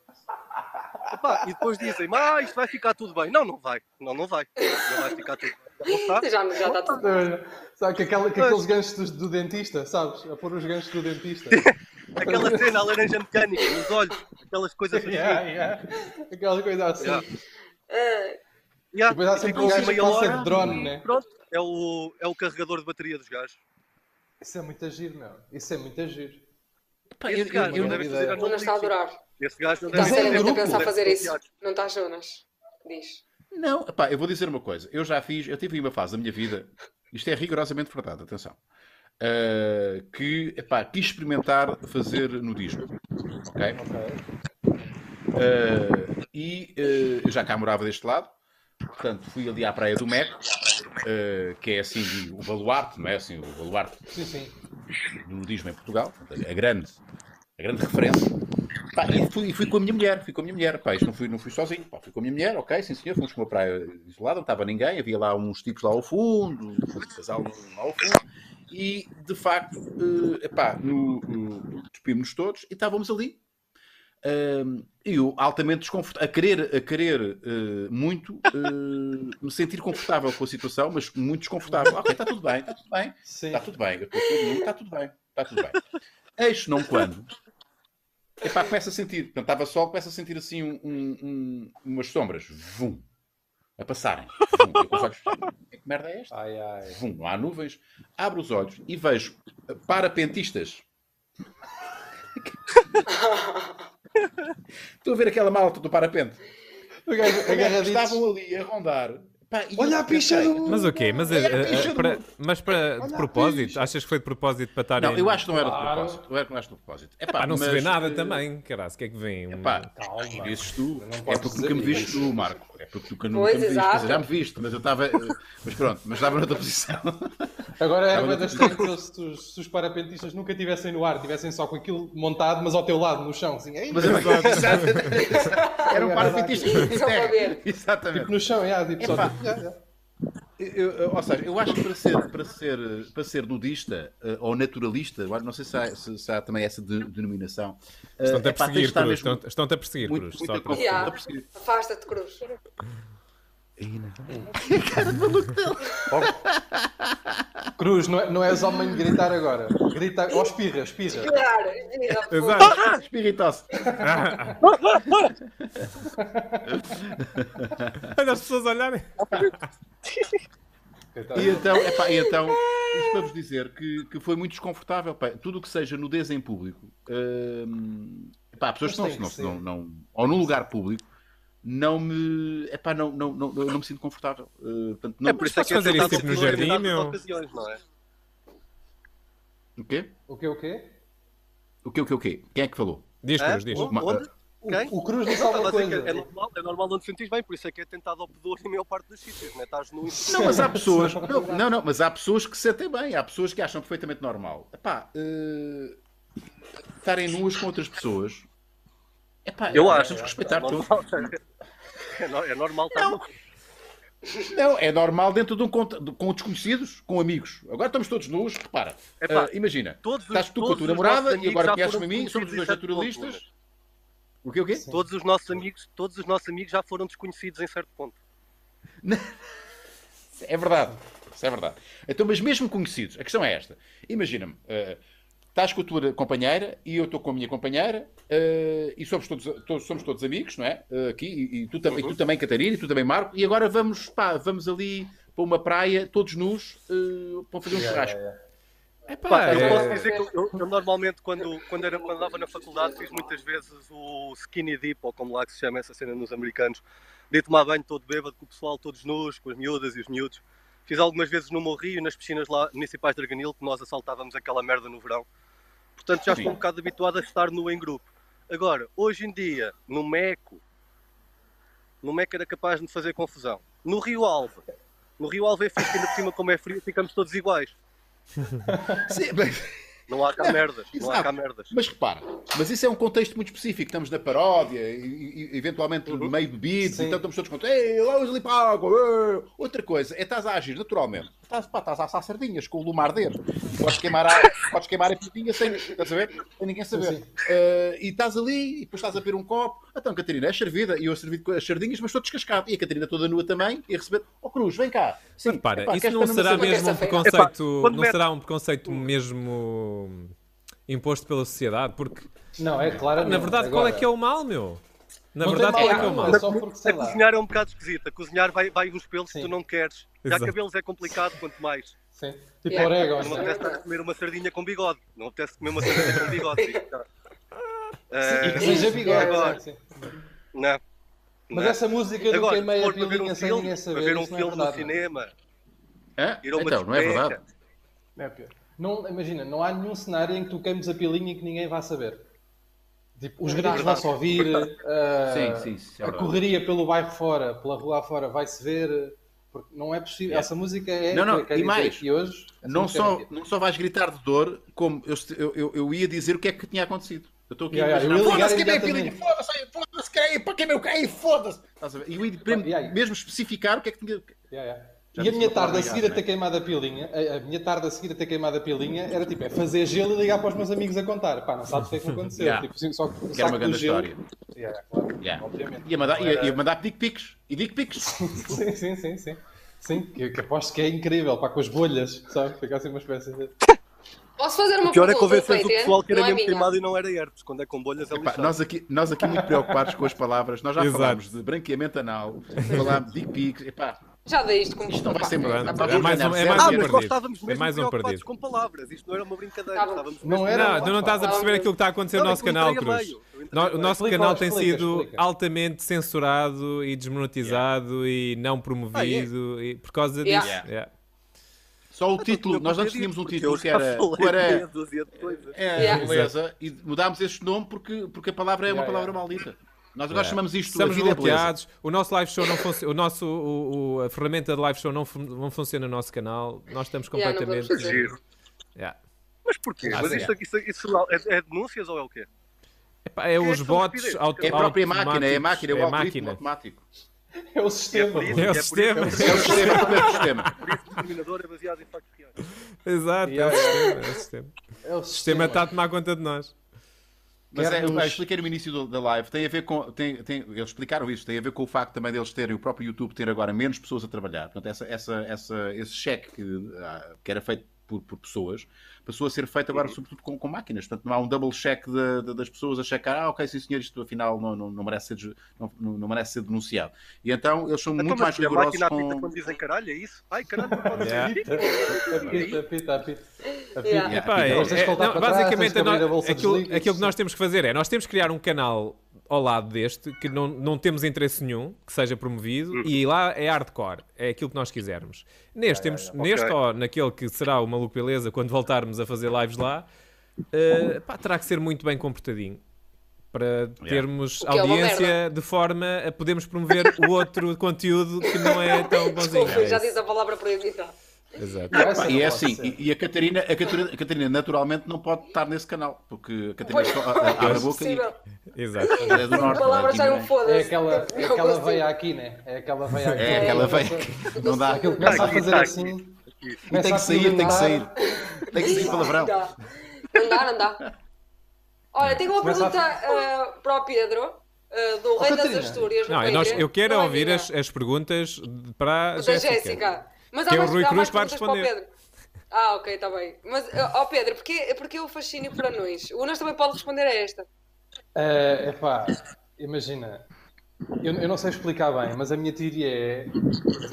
Epá, e depois dizem, mas ah, isto vai ficar tudo bem. Não, não vai. Não, não vai. Não vai ficar tudo bem. Já não
Já,
está.
já está tudo.
Sabe que, aquela- que aqueles ganchos dos- do, dentista, sabes? A pôr os ganchos do dentista.
tá? Aquela cena, a laranja mecânica, nos olhos, aquelas coisas assim.
yeah, yeah. Aquela coisa assim.
Yeah.
Ah,
Yeah,
Depois há sempre
ficam
um
ali
gajo que
meia
passa
hora.
de drone, né?
Pronto, é o, é o carregador de bateria dos gajos.
Isso é muito agir, meu. Isso é muito agir.
Pá, eu-
Esse
eu-
gajo
eu-
não deve fazer
o Jonas está a adorar.
Esse gajo não
Está
deve fazer
seriamente a
é um grupo,
pensar
deve
fazer
ser
isso.
bloqueado.
Não está, Jonas? Diz.
Não, pá, eu vou dizer uma coisa. Eu já fiz, eu tive uma fase da minha vida, isto é rigorosamente verdade, atenção, ah, que, epá, quis experimentar fazer nudismo, ok? Ah, e ah, eu já cá morava deste lado, portanto, fui ali à Praia do Meco, ah, que é assim o baluarte, não é assim o baluarte
Sim, sim.
do nudismo em Portugal, a grande, a grande referência. Pá, e fui, fui com a minha mulher, fui com a minha mulher. Pá, isto não fui, não fui sozinho. Pá, fui com a minha mulher, ok, sim senhor, fomos para uma praia isolada, não estava ninguém, havia lá uns tipos lá ao fundo, um casal lá ao fundo. E, de facto, eh, epá, no, no, despimos-nos todos e estávamos ali. Ahm, e eu altamente desconfortável, a querer, a querer eh, muito eh, me sentir confortável com a situação, mas muito desconfortável. Ah, ok, está tudo bem, está tudo bem.
Sim.
Está Tá tudo bem, eu estou todo nu, está tá tudo bem, está tudo bem. Eis não quando. Epá, começa a sentir, portanto, estava sol, começa a sentir assim um- um- um- umas sombras, vum, a passarem. Vum. Eu com os olhos, que merda é esta?
Ai, ai.
Vum, não há nuvens. Abro os olhos e vejo eh, parapentistas. Estou a ver aquela malta do parapente.
O
é
gajo agarradito.
Estavam ali a rondar. Pá, e
Olha
eu
a picha
pensei,
do...
Mas o quê? Mas,
Olha a
eh, eh,
picha do-
para- mas para de
Olha a
propósito?
picha.
Achas que foi de propósito para estar
Não,
em-
eu acho que não era de
Claro.
propósito. Eu acho que não era de propósito. Epá,
Pá, não se
mas,
vê nada
eh,
também. Caralho, o que é que vem? Um-
Epá,
Calma.
dizes tu,
Não
é
podes
porque
dizer
nunca me viste
isso.
tu, Marco. É porque nunca, nunca
Pois,
me viste.
exato.
Quer dizer, Já me viste, mas eu estava. eh, Mas pronto, mas estava noutra posição.
Agora era
Estava
uma
no-
das coisas se, os- se os parapentistas nunca estivessem no ar, estivessem só com aquilo montado, mas ao teu lado, no chão, assim, ei,
Mas é eu, exato, era um
Era
parapetista.
Só para ver.
Exatamente.
no chão, é, tipo, só,
Epá.
tipo, yeah, yeah.
Eu- eu- ou seja, eu acho que para ser, para ser, eh, para ser nudista eh, ou naturalista, eu acho- não sei se há, se- se há também essa de- denominação. eh,
Estão-te a
epá, tens de
perseguir,
estar
Cruz.
mesmo
Estão- Estão-te a perseguir,
muito-
Cruz.
muito
Só para-
incómodo.
Yeah.
Estão-te a perseguir.
Afasta-te, Cruz.
Cruz, não, é, não és homem de gritar agora. Grita, ó, espirra, espirra.
Claro. vira, pô.
Exato.
Ah, espiritosse.
Olha as pessoas a olharem.
tá.
E então, epá, e então, isto para vos dizer que, que foi muito desconfortável. pá. Tudo o que seja nudez em público, hum, epá, pessoas que
Mas tem
não,
que
não,
ser.
não- ou num lugar público, não me, epá, não, não, não, eu não me sinto confortável. Eh, portanto, não,
É por isso é
podes
que é
fazer isso,
tentado
tipo, no
proibir
jardim,
em dadas
meu?
ocasiões, não é?
O quê?
O quê, o quê?
O quê, o quê, o quê? Quem é que falou?
Diz,
Hã?
Cruz, diz.
Onde? É? Onde?
O,
Quem?
o Cruz diz
Estava
alguma
a dizer que
coisa.
É normal, é normal não te sentires bem, por isso é que é tentado ao pudor na maior parte dos sítios, né? Estás nu e
Não, mas há pessoas. Não, não, não, mas há pessoas que se sentem bem, há pessoas que acham perfeitamente normal. Epá, eh, estarem nuas com outras pessoas. Epá, temos que respeitar
é
tudo.
normal. É no- É normal estar nu.
Não, é normal dentro de um conta, de- com desconhecidos, com amigos. Agora estamos todos nus, repara.
Epá,
Ah, imagina,
É todos os-
estás tu com a
todos
tua
os
namorada
nossos
e
amigos
agora
já
conheces-me a
foram
mim, somos os dois
conhecidos em certo
naturalistas. O quê, o quê?
né? Todos os nossos amigos, todos os nossos amigos já foram desconhecidos em certo ponto.
É verdade. Isso é verdade. Então, mas mesmo conhecidos, a questão é esta. Imagina-me, ah, estás com a tua companheira e eu estou com a minha companheira ah, e somos todos, to- somos todos amigos, não é? Ah, aqui, e, e tu, tam- e
Uhum.
tu também, Catarina, e tu também, Marco, e agora vamos, pá, vamos ali para uma praia, todos nus, ah, para fazer um churrasco.
Pá, eu
é-
posso dizer que eu, eu- eu normalmente, quando, quando, era, quando andava na faculdade, fiz muitas vezes o skinny dip, ou como lá que se chama essa cena nos americanos, de ir tomar banho todo bêbado, com o pessoal todos nus, com as miúdas e os miúdos. Fiz algumas vezes no Morrio, nas piscinas lá municipais de Arganil, que nós assaltávamos aquela merda no verão. Portanto, já estou um bocado habituado a estar nu em grupo. Agora, hoje em dia, no Meco, no Meco era capaz de me fazer confusão. No Rio Alvo, no Rio Alvo é fixe, ainda por cima como é frio, ficamos todos iguais.
Sim, mas-
Não há cá merdas. Não há cá
Exato.
merdas.
Mas repara, mas isso é um contexto muito específico. Estamos na paródia, e, e- eventualmente meio bebidos,
Uhum. Sim.
então estamos todos contentes. Ei, lá os ali para a água. ei." Outra coisa é estás a agir naturalmente. Estás, pá, estás a assar sardinhas com o lume a arder. Podes queimar a, podes queimar a pitinha sem, estás a ver? Sem ninguém saber.
Sim, sim.
Eh, e estás ali, e depois estás a beber um copo. Então, Catarina, é servida. E eu servi com as sardinhas, mas estou descascado. E a Catarina toda nua também. E a receber, ó Cruz, vem cá. Sim,
Repara,
epá,
isso
queres
não
estar numa
será
cerveja?
mesmo um
terça-feira?
preconceito,
Epá, quando
não
mete-
será um preconceito mesmo imposto pela sociedade, porque
Não, é claro.
na verdade qual é que é o mal, meu? Na
Não tem
verdade qual é que
mal
é o
nenhum,
mal?
é só porque sei
a
lá.
cozinhar é um bocado esquisita. Cozinhar vai, vai uns pelos
Sim.
que tu não queres.
Exato.
Já cabelos é complicado, quanto mais.
Sim. Tipo
Yeah.
Não me
orégano.
apetece estar a comer uma sardinha com bigode. Não me apetece comer uma sardinha com bigode. digo tá. já. Eh,
E que seja bigode.
agora.
sim, sim.
não.
Mas
não.
essa música do
Agora,
queimei a
pôr-me a ver
pilinha
um
sem
filme,
ninguém
a
saber.
ver um
isso não é
filme no
verdade, não.
cinema,
Hã?
ir a uma
Então, não é
discoteca.
verdade.
É pior. Não, imagina, não há nenhum cenário em que tu queimes a pilinha e que ninguém vá saber. Tipo, os gritos vão-se ouvir, ah,
Sim, sim, sim, é
a
verdade.
correria pelo bairro fora, pela rua fora, vai-se ver. Porque não é possível. Essa música é.
Não, não,
eu quero
e
dizer
mais,
que hoje. essa
não
música é
só,
mentira.
não só vais gritar de dor, como eu, eu, eu, eu ia dizer o que é que tinha acontecido. Eu estou aqui
Yeah,
a
yeah,
imaginar,
eu ia ligar
foda-se que é minha pilinha,
imediatamente.
foda-se, foda-se que é, para que é meu cai, foda-se. Estás a ver? E eu ia pre-
Yeah, yeah.
mesmo especificar o que é que tinha.
Yeah, yeah.
Já
E a
disse
minha
uma palavra
tarde a seguir a
ligada,
ter
né?
queimado a pilinha, a, a minha tarde a seguir a ter queimado a pilinha era tipo, é fazer gelo e ligar para os meus amigos a contar. Pá, não sabes o que é que aconteceu.
Yeah.
Tipo, assim, só que o
Que era uma
saco do
grande
gelo.
história.
Yeah, claro,
Yeah.
obviamente.
Ia mandar,
Não
ia,
era-
ia mandar dick pics. E dick pics.
sim, sim, sim, sim. Sim, que, que aposto que é incrível, pá, com as bolhas, sabe? Fica assim uma espécie de.
Posso fazer uma
O pior é
pergunta,
convencer o
Cleiton?
pessoal que era
Não é
mesmo
minha.
queimado e não era herpes. Quando é com bolhas é
Epá,
lixado.
nós, aqui, nós aqui muito preocupados com as palavras, nós já
Exato.
falámos de branqueamento anal, falámos de dick pics. Epá,
Já dei isto como
isto não vai
Pá,
ser
tá
verdade.
bom.
É mais um- é mais um
Ah, mas
perdido.
nós estávamos
É
mesmo
mais um
preocupados
perdido.
com palavras. Isto não era uma brincadeira.
Tá bom.
Estávamos
Não
mesmo-
era. é
Não, tu não estás a
Não,
perceber
eu-
aquilo que está a acontecer
Não,
no nosso
eu
canal,
entrei a
Cruz.
meio, eu entrei
No-
a
o
meio.
nosso
Explica,
canal tem
explica,
sido
explica.
altamente censurado e desmonetizado e não promovido e por causa
Yeah.
disso.
Yeah.
Yeah.
Só o
Eu
título,
tinha
nós antes
perdido,
tínhamos um
porque
título
eu
que
já
era.
falei
que era-
meia dúzia de coisas.
É,
Yeah.
beleza. E mudámos este nome porque, porque a palavra é uma
Yeah,
palavra
yeah.
maldita. Nós agora chamamos isto
Estamos
a vida é beleza.
bloqueados. o nosso live show não funciona. O nosso, o- o- a ferramenta de live show não, fun- não funciona no nosso canal. Nós estamos
Yeah, não podemos
completamente.
fazer.
É Giro.
Yeah.
Mas porquê?
Ah,
Mas
sim,
isto, aqui- isso, isso é, é denúncias ou é o quê?
Epá, é
Quem é
os
que são
bots
estupidez?
auto
É a própria máquina, é a
automáticos,
máquina,
é
é o
a
algoritmo
máquina.
automático.
É o sistema.
É
É
É
o
por isso que-
sistema.
É o sistema, tudo é o sistema.
Por isso, o dominador é baseado em factos reais.
Exato, é o
Yeah,
sistema, é o sistema.
É o
O sistema está a tomar conta de nós.
Mas é,
Queremos-
eu expliquei no início do- da live, tem a ver com. Tem, tem- eles explicaram isto, tem a ver com o facto também deles terem o próprio YouTube ter agora menos pessoas a trabalhar. Portanto, essa, essa, essa, esse cheque que, ah, que era feito por, por pessoas passou a ser feito agora,
Uhum.
sobretudo, com, com máquinas. Portanto, não há um double check de- de- das pessoas a checar, ah, ok, sim senhor, isto afinal não, não, não merece, ser, des- não, não- não merece ser denunciado. E então eles são
Então,
muito
mas
mais
a
rigorosos
máquina apita
com.
quando dizem caralho, é isso? Ai, caralho, não pode
Yeah.
ser. assim."
tá-
Apita, apita, apita.
Yeah.
Apita.
Yeah.
Epá, é-
Depois tens
é-
que voltar
não,
para trás, tens
basicamente,
que abrir
nós-
a bolsa dos
aquilo,
líquidos.
aquilo que nós temos que fazer é, nós temos que criar um canal ao lado deste, que não, não temos interesse nenhum, que seja promovido, e lá é hardcore, é aquilo que nós quisermos.
Ah,
Neste, temos, neste
Ok.
ou naquele que será o Maluco Beleza, quando voltarmos a fazer lives lá, eh, pá, terá que ser muito bem comportadinho. Para termos
O que é uma
audiência
merda.
de forma a podermos promover o outro conteúdo que não é tão bonzinho.
Desculpa, já
É
diz a palavra proibida.
isso. Exato.
Essa não
Pá, e
pode
é assim,
ser.
e, e a, Catarina, a, Catarina, a Catarina naturalmente não pode estar nesse canal, porque a Catarina
Pois,
só a- a- abre a boca e
Impossível.
Exato.
ela é do
A
norte.
palavra um
não
já
é?
não foda-se.
É aquela, é
Não
aquela
consigo.
veia aqui, né? É aquela veia aqui.
É, aquela veia
Começa-
que não dá.
Aquilo
E
começa a
Tá aqui,
fazer
tá aqui.
assim.
tem
começa a
que sair, tem que
pirular.
sair. Tem que sair palavrão.
Não dá. Não dá, não dá. Olha, tenho uma
Começa a-
pergunta ah, para o Pedro, ah, do Rei das
Catarina.
Astúrias.
Não,
Rui
nós-
Pedro.
eu quero
Não é
ouvir
minha.
as, as perguntas de- para a
da
Jéssica.
é Jéssica. Mas
é assim, Que
há
é o
mais,
Rui
há
Cruz
mais
que vai
perguntas para o
responder.
Pedro. Ah, ok, está bem. Mas, ó Pedro, porque, porque o fascínio por anões? O Unas também pode responder a esta.
É epá, imagina. Eu, eu não sei explicar bem, mas a minha teoria é.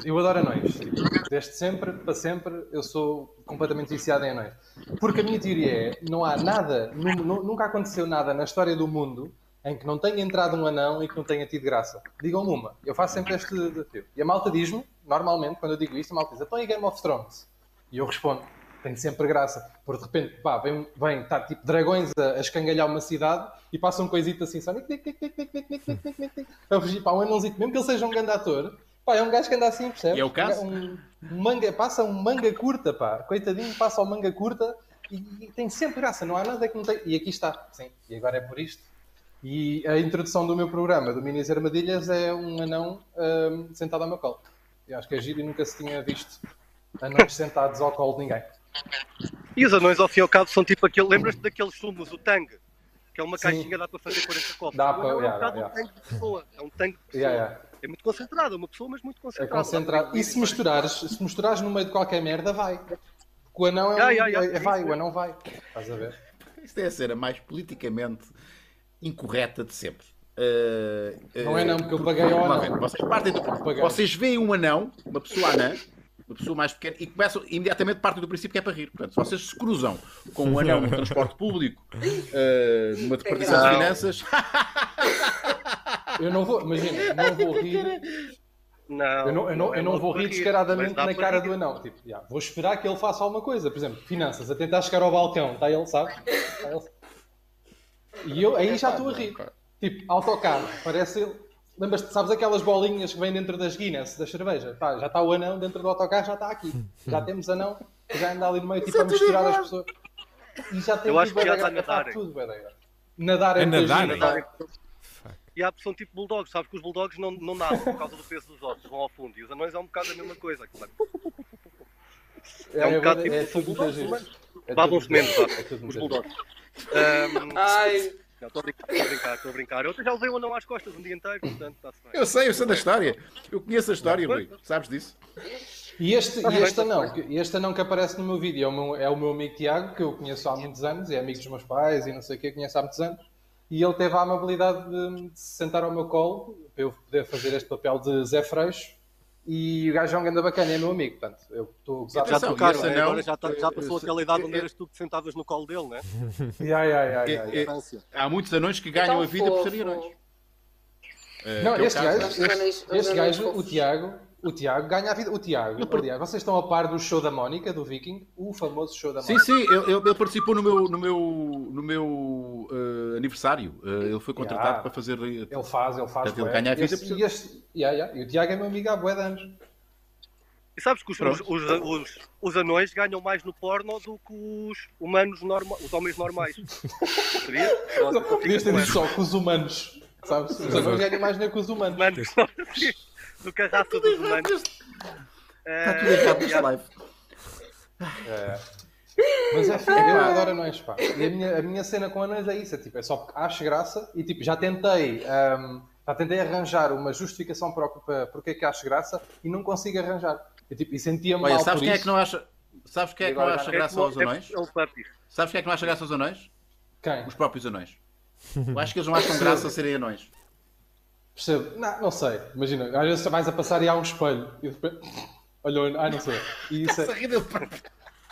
Eu adoro anões. Tipo, Desde sempre, para sempre, eu sou completamente viciado em anões. Porque a minha teoria é: não há nada, nu- nu- nunca aconteceu nada na história do mundo em que não tenha entrado um anão e que não tenha tido graça. Digam-me uma. Eu faço sempre este desafio. E a malta diz-me, normalmente, quando eu digo isto, a malta diz: então é Game of Thrones? E eu respondo: tem sempre graça. Porque de repente, pá, vem, vem tá, tipo dragões a, a escangalhar uma cidade e passa um coisito assim, só. nic, nic, nic, nic, nic, nic, nic, nic, nic, nic, nic, A fugir, pá, um anãozito, mesmo que ele seja um grande ator, pá, é um gajo que anda assim, percebe?
E é o caso?
Um, um manga, passa um manga curta, pá, coitadinho, passa o manga curta. E, e tem sempre graça, não há nada que não tem. E aqui está, sim, e agora é por isto. E a introdução do meu programa, do Minis Armadilhas, é um anão hum, sentado ao meu colo. Eu acho que é giro e nunca se tinha visto anões sentados ao colo de ninguém.
E os anões, ao fim e ao cabo, são tipo aquele. Lembras-te daqueles sumos, o tangue? Que é uma
Sim.
caixinha, dá para fazer 40 copos.
Dá
O
para-
anão é um
yeah,
bocado
yeah.
um tangue de pessoa. É um tangue de pessoa.
Yeah, yeah.
É muito concentrado, é uma pessoa, mas muito
É
concentrada.
concentrado. E se misturares, se misturares no meio de qualquer merda, vai. Porque o anão é, um,
Ya, ya, ya.
é- é vai, o anão vai. Estás a ver?
Isto é a cena mais politicamente incorreta de sempre. Eh, eh,
Não é não, porque eu paguei ao
Vamos lá
anão.
ver, Vocês partem do princípio.
Paguei.
Vocês veem um anão, uma pessoa anã, uma pessoa mais pequena, e começam imediatamente partem do princípio que é para rir. Portanto, se vocês se cruzam com um anão no transporte público, eh, numa departição de
Não.
finanças,
Eu não vou, imagina, não vou rir.
Não,
Eu não, eu não, eu não
dá
vou
para
rir
mas
descaradamente
dá
na
para
cara
rir.
do anão. Tipo, ya, vou esperar que ele faça alguma coisa. Por exemplo, finanças, a tentar chegar ao balcão. Está ele, sabe? Está ele. E eu aí já estou a rir. Tipo, autocarro. Parece ele. Lembras-te, sabes aquelas bolinhas que vêm dentro das Guinness, da cerveja? Pá, já está o anão dentro do autocarro, já está aqui. Já temos anão, que já anda ali no meio, tipo, a misturar as pessoas. E já tem
Eu acho
tudo
que já
bué da
está
graça.
a nadarem.
tudo, bué da graça. Nadar é
A
muito
nadarem?
giro, pá.
E há são tipo bulldogs, sabes que os bulldogs não, não nadam por causa do peso dos ossos, vão ao fundo. E os anões é um bocado a mesma coisa. Claro. É um
bué
bocado
da-
tipo
é
são
tudo
bulldogs
muito
humanos.
giro. É
Babam-se
tudo-
menos, vá,
é tudo
os
muito giro.
bulldogs. Ahm,
Ai,
não, estou a brincar, estou a brincar, estou a brincar. Eu até já levei o anão às costas um dia inteiro, portanto está-se bem.
eu sei, eu sei da história. Eu conheço a história, Rui. Sabes disso?
E este, e
bem,
este
tá
anão, que- este anão que aparece no meu vídeo é o meu, é o meu amigo Tiago, que eu conheço há muitos anos, é amigo dos meus pais e não sei o que, conheço há muitos anos. E ele teve a amabilidade de, de se sentar ao meu colo para eu poder fazer este papel de Zé Freixo. E o gajo é um grande bacana, é meu amigo, portanto, eu estou a gozar.
Já
Já
Atenção,
tocaram,
esse
né?
anão-
agora já, tá- já passou
esse-
aquela idade onde
é-
eras tu que sentavas no colo dele, né?
Ya, ya, ya, ya,
É-
ya.
é- há muitos anões que ganham
tão
a vida por serem
fofo.
anões. Eh,
Não,
que é o
este
caso-
gajo,
anões-
este,
os
este
anões
gajo, o
fofos.
Tiago, o Tiago ganha a vida. O Tiago, aliás, vocês estão a par do show da Mónica, do Viking, o famoso show da
Sim,
Mónica.
sim, ele, ele- ele participou no meu, no meu, no meu eh, aniversário. Eh, ele foi contratado
Yeah.
para fazer. eh,
Ele faz, ele faz.
Ele
bué.
ganha a vida
Esse-
por ser-
e, este, ya, ya, e o Tiago é meu amigo há bué de anos.
E sabes que os, os,
Pronto.
os, os- os anões ganham mais no porno do que os humanos normais, os homens normais. Sabia? Pronto, fica
Podias ter
com
dito só com os humanos. Sabes? Os anões ganham mais nem com os humanos.
humanos do que a raça dos humanos. Eh,
Está Tá tudo errado neste live.
É. Mas é fixe, eu adoro anões, pá. E a minha, a minha cena com anões é isso. É, tipo, é só porque acho graça e tipo, já tentei. hum, já tentei arranjar uma justificação para, o- para porque é que acho graça e não consigo arranjar. E, tipo, e sentia-me
Olha,
mal
sabes
por
quem é
isso.
que não acha. Sabes quem é que não
Agora
acha
já-
graça aos anões?
É, o Puppy.
Sabes quem é que não acha graça aos anões?
Quem?
Os próprios anões. Eu acho que eles não acham graça a serem anões.
Percebo? Não, não sei. Imagina, às vezes vais a passar e há um espelho e de repente... Olha, o- ai, não sei. E isso é-
Essa rede é próprio.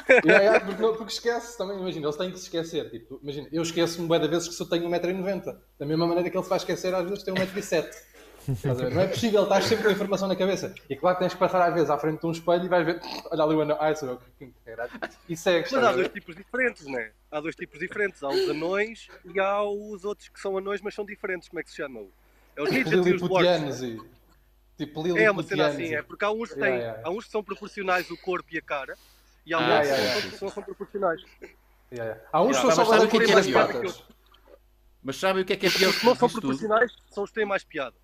Yeah, yeah, é, porque, não- porque esquece também, imagina, eles têm que se esquecer. Tipo, imagina, eu esqueço-me bué de vezes que só tenho 1,90m. Da mesma maneira que ele se vai esquecer, às vezes tem 1,07m. Estás a ver? Não é possível, estás sempre com a informação na cabeça. E claro que tens que passar às vezes à frente de um espelho e vais ver, olha ali é o anão, ai sou eu, que que caralho. E segues,
Mas
estás
há
é a
dois
ver?
tipos diferentes, não é? Há dois tipos diferentes. Há os anões e há os outros que são anões, mas são diferentes. Como é que se chamam? É os ninjas e os dwarfs.
Liliputianos e. Tipo,
É uma cena
Liliputianos.
assim, é
e-
porque há uns que, têm,
Yeah, yeah.
Há uns que são proporcionais o corpo e a cara e há
Ah,
outros
yeah,
que
yeah.
não são- não são proporcionais.
yeah, yeah. Há uns
Yeah,
que são
mas
só
sabe
lá
o que é
com
que é
as
pior?
patas.
Mas sabem o que é que é pior
Os que não são
disso tudo?
proporcionais são os que têm mais piada.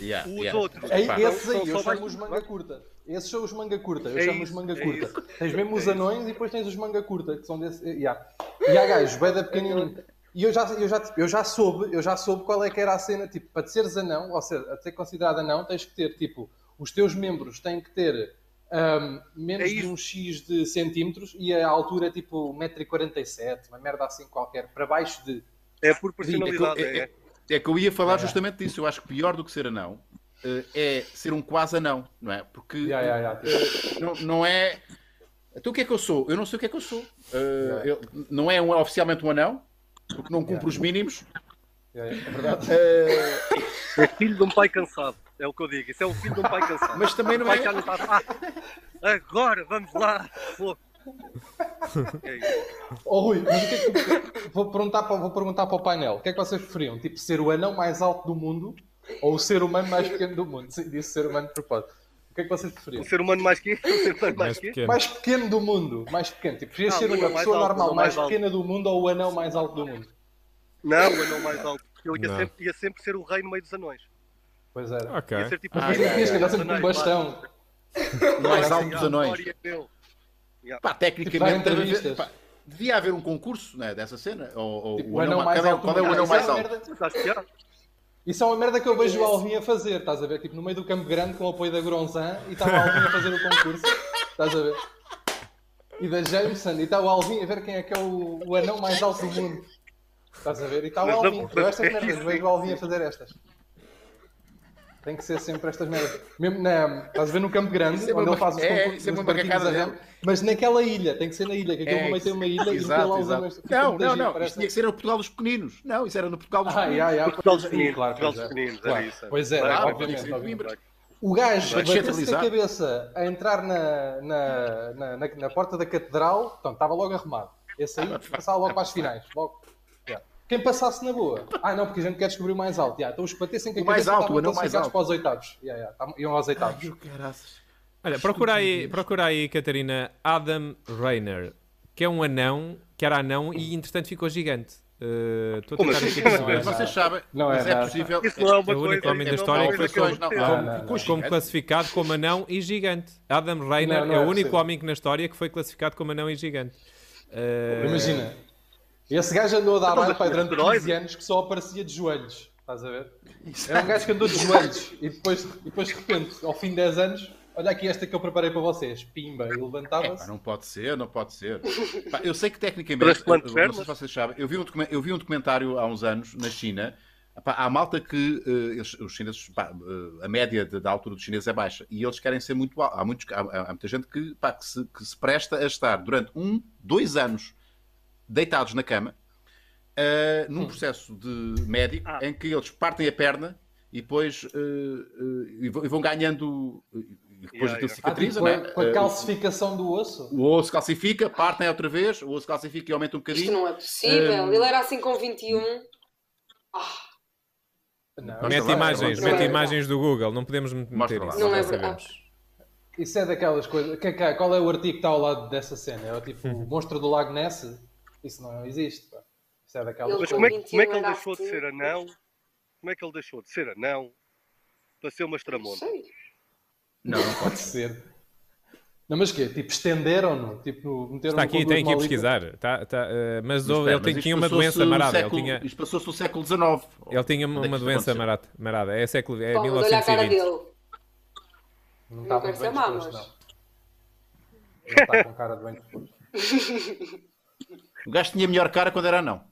Yeah,
Os
yeah.
outros.
É Aí,
Pá.
esses aí, eu
São- são
chamo
mais- um.
os manga curta. Esses são os manga curta, eu
É
chamo os
isso,
manga
é
curta.
isso.
Tens mesmo os anões e depois tens os manga curta, que são desse. yeah. E há gajos, bué da pequenininho. E eu já, eu, já, eu já soube, eu já soube qual é que era a cena, tipo, para te seres anão, ou seja, a ser considerado anão, tens que ter, tipo, os teus membros têm que ter ahm, menos
É
de
isso.
um X de centímetros e a altura, tipo, 1,47m, uma merda assim qualquer, para baixo de...
É a
É que eu-
proporcionalidade.
é,
É.
é- é que eu ia falar justamente disso. Eu acho que pior do que ser anão eh, é ser um quase anão, não é? Porque
Yeah, yeah, yeah, tipo.
não, não é. Então o que é que eu sou? Eu não sei o que é que eu sou. Eh, eu- não é um- oficialmente um anão, porque não cumpro os mínimos.
Yeah, yeah, é verdade.
Eh,
É filho de um pai cansado. É o que eu digo. Isso é o filho de um pai cansado.
mas também
O
não
pai
é.
já não está. Ah, agora vamos lá. Pô. É isso.
Oh, Rui, mas o que é que... vou, perguntar para, vou perguntar para o painel. O que é que vocês preferiam? Tipo, ser o anão mais alto do mundo ou o ser humano mais pequeno do mundo? Sim, disse ser humano de propósito. O que é que vocês
Um
preferiam?
ser humano mais que Um ser humano mais
mais
que
pequeno.
Mais pequeno do mundo, mais pequeno. Tipo, preferias
Não,
ser
o
uma
anão mais
pessoa
alto,
normal
o
mais,
mais alto.
pequena do mundo ou o anão mais alto do mundo?
Não, o anão mais alto. porque Ele ia
Não.
sempre, ia sempre ser o rei no meio dos anões.
Pois era.
Ok.
Ia ser tipo
Mas
o rei
tinhas que andar
dos
sempre com um
anões,
bastão.
mais alto
vá.
é dos anões.
Glória a Deus.
Pá,
Vai em
tecnicamente, deve haver-
entrevistas.
pá, devia haver um concurso né, dessa cena. Ou, ou
Tipo,
o anão mais alto. Qual é o
do mundo.
anão
Isso é
mais
uma
alto?
merda-
Mas acho que há.
Isso é uma merda que eu vejo o Alvin a fazer, estás a ver? Tipo, no meio do campo grande com o apoio da Gronzan e está o Alvin a fazer o concurso, estás a ver? E da Jameson, e está o Alvin a ver quem é que é o, o anão mais alto do mundo. Estás a ver? E está o
Mas não-
Alvin, eu estas
é
merdas,
isso,
vejo o Alvin a fazer estas. Tem que ser sempre estas merdas. Mesmo na, estás a ver no campo grande,
Isso é uma
onde ele
ma-
faz os
é,
concursos,
isso é
nos
uma É,
parquinhos
macacada
a remo, mas naquela ilha, tem que ser na ilha, que aquilo no meio tem uma ilha e não tem lá os anões. Fica
Não,
muito
não,
giro,
não.
parece-
Isto tinha que ser no Portugal dos pequeninos. Não, isso era no Portugal dos
Ah,
pequeninos.
yeah, yeah,
Portugal
pois
dos
é,
meninos,
claro,
Portugal
pois é.
dos meninos, era
Claro.
isso.
Pois é,
Claro,
obviamente,
tinha que ser em
obviamente.
Coimbra.
O gajo
Vai
bateu-se a
descentralizar.
cabeça a entrar na, na, na, na- na porta da catedral, portanto, estava logo arrumado. Esse aí passava logo para as finais. Logo. Yeah. Quem passasse na boa. Ah, não, porque a gente quer descobrir o mais alto. Yeah, então os que batessem que a
O mais
cabeça
alto,
estavam
o anão mais
classificados
alto.
para os oitavos. Yeah, yeah, estavam- iam aos oitavos.
Ai, caraças.
Olha, procura aí, procura aí, Catarina, Adam Rainer, que é um anão, que era anão e entretanto ficou gigante. Uh, Estou
Como
a tentar
assim?
aqui
Não é
Mas
perceber.
nada.
vocês sabem,
Não é
mas é,
nada.
possível.
Isso não é uma
É o único
coisa.
homem da
isso não é
história
uma
que
coisa
foi
eu
sobre-
acho,
Não,
não.
não, não.
Como, como classificado como anão e gigante. Adam Rainer
Não, não
é
é
o único
possível.
homem que na história que foi classificado como anão e gigante. Uh,
Imagina. Esse gajo andou a
Então,
dar
Mas
ar pai
é
durante
esteroide.
15 anos que só aparecia de joelhos. Estás a ver? Era um gajo que andou de joelhos e depois, e depois de repente, ao fim de 10 anos, olha aqui esta que eu preparei para vocês. Pimba, e
É, pá,
levantava-se.
não pode ser, não pode ser. Pá, eu sei que tecnicamente, eu, eu
Transplante de
não sei
pernas?
se vocês sabem, eu vi um, documen- eu vi um documentário há uns anos na China. Pá, há malta que eh, eles- os chineses, pá, eh, a média de- da altura dos chineses é baixa e eles querem ser muito altos. Há, muitos- há- há- há muita gente que, pá, que se, que se presta a estar durante um, dois anos deitados na cama eh,
Hum.
num processo de médico
Ah.
em que eles partem a perna e depois eh, eh, e vão- e vão ganhando. eh, e Depois
Yeah,
aquilo
yeah.
Ah, tipo,
cicatriza,
com,
não
a,
é?
com a
Eh, o-
calcificação do osso.
o osso calcifica, partem outra vez, o osso calcifica e aumenta um
Isto
bocadinho.
não é possível.
Hum.
Ele era assim com 21.
Não,
Mas
mete
Vamos lá,
imagens,
vamos
lá.
mete imagens do Google, não podemos meter
Mostra lá,
isso.
Não
já
é
sabemos.
verdade.
Isso é daquelas coisas. que- que- qual é o artigo que está ao lado dessa cena? É o tipo
Uhum.
o monstro do Lago Ness? Isso não existe. pá. Isso é daquelas
Mas
coisas.
como é, que- como é que ele
Andar
deixou de
assim,
ser anão? Como é que ele deixou de ser anão para ser uma estramonta?
Sei.
Não, não pode.
Pode ser. Não, mas quê? Tipo, estenderam-no? Tipo, meteram
Está aqui, tem que ir pesquisar. Tá, tá, eh, mas houve- ele tem-
isto
tinha uma
passou-se
doença
no
marada. Ele
século-
tinha,
Isto passou-se no século XIX.
ele tinha uma,
Onde é que
uma
isto
doença
aconteceu?
marada, marada. É século é
Bom, mas olha a cara
1920.
dele.
Não
Não
está
quero
muito
ser
bem
má,
disposto, não.
mas-
Não está com cara de bem disposto.
O gajo tinha melhor cara quando era não.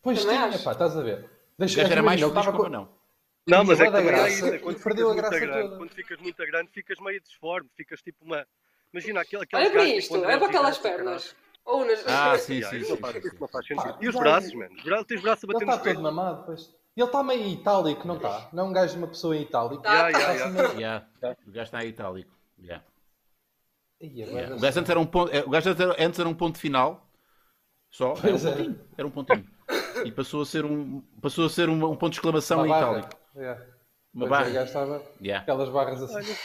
Pois
Também
tinha,
acho.
pá, estás a ver.
O
Deixa
gajo era mais
imagina, ele
feliz
estava
como
com...
não.
Não, mas
Perdeu
é que
a
também é
graça.
isso. é Quando
Perdeu a
ficas muito
graça
grande,
toda.
quando ficas muito grande, ficas meio disforme, ficas tipo uma. Imagina aquele.
Olha para isto. É para aquelas pernas. Ou nas.
Ah, sim,
Yeah,
sim,
isso,
sim.
não faz, isso não faz sentido.
Pá,
E os
já-
braços, mano? Os braços, tens os braços a
Ele
bater
está
nos
todo
pés.
mamado, pois. Ele está meio itálico, não está? Não é um gajo de uma pessoa em itálico.
Tá,
Yeah,
tá.
yeah, yeah.
Assim,
Yeah. O gajo está aí itálico. Yeah.
Ia,
Yeah.
bué
O
da-
gajo antes era um ponto, eh, o gajo antes era, antes era um ponto final. Só, era um
Pois é.
pontinho. Era um pontinho. E passou a ser um, passou a ser um, um ponto de exclamação
Uma
em
barra.
itálico.
Yeah.
Uma
Pois é, O
barra.
gajo estava...
Yeah.
Aquelas barras assim.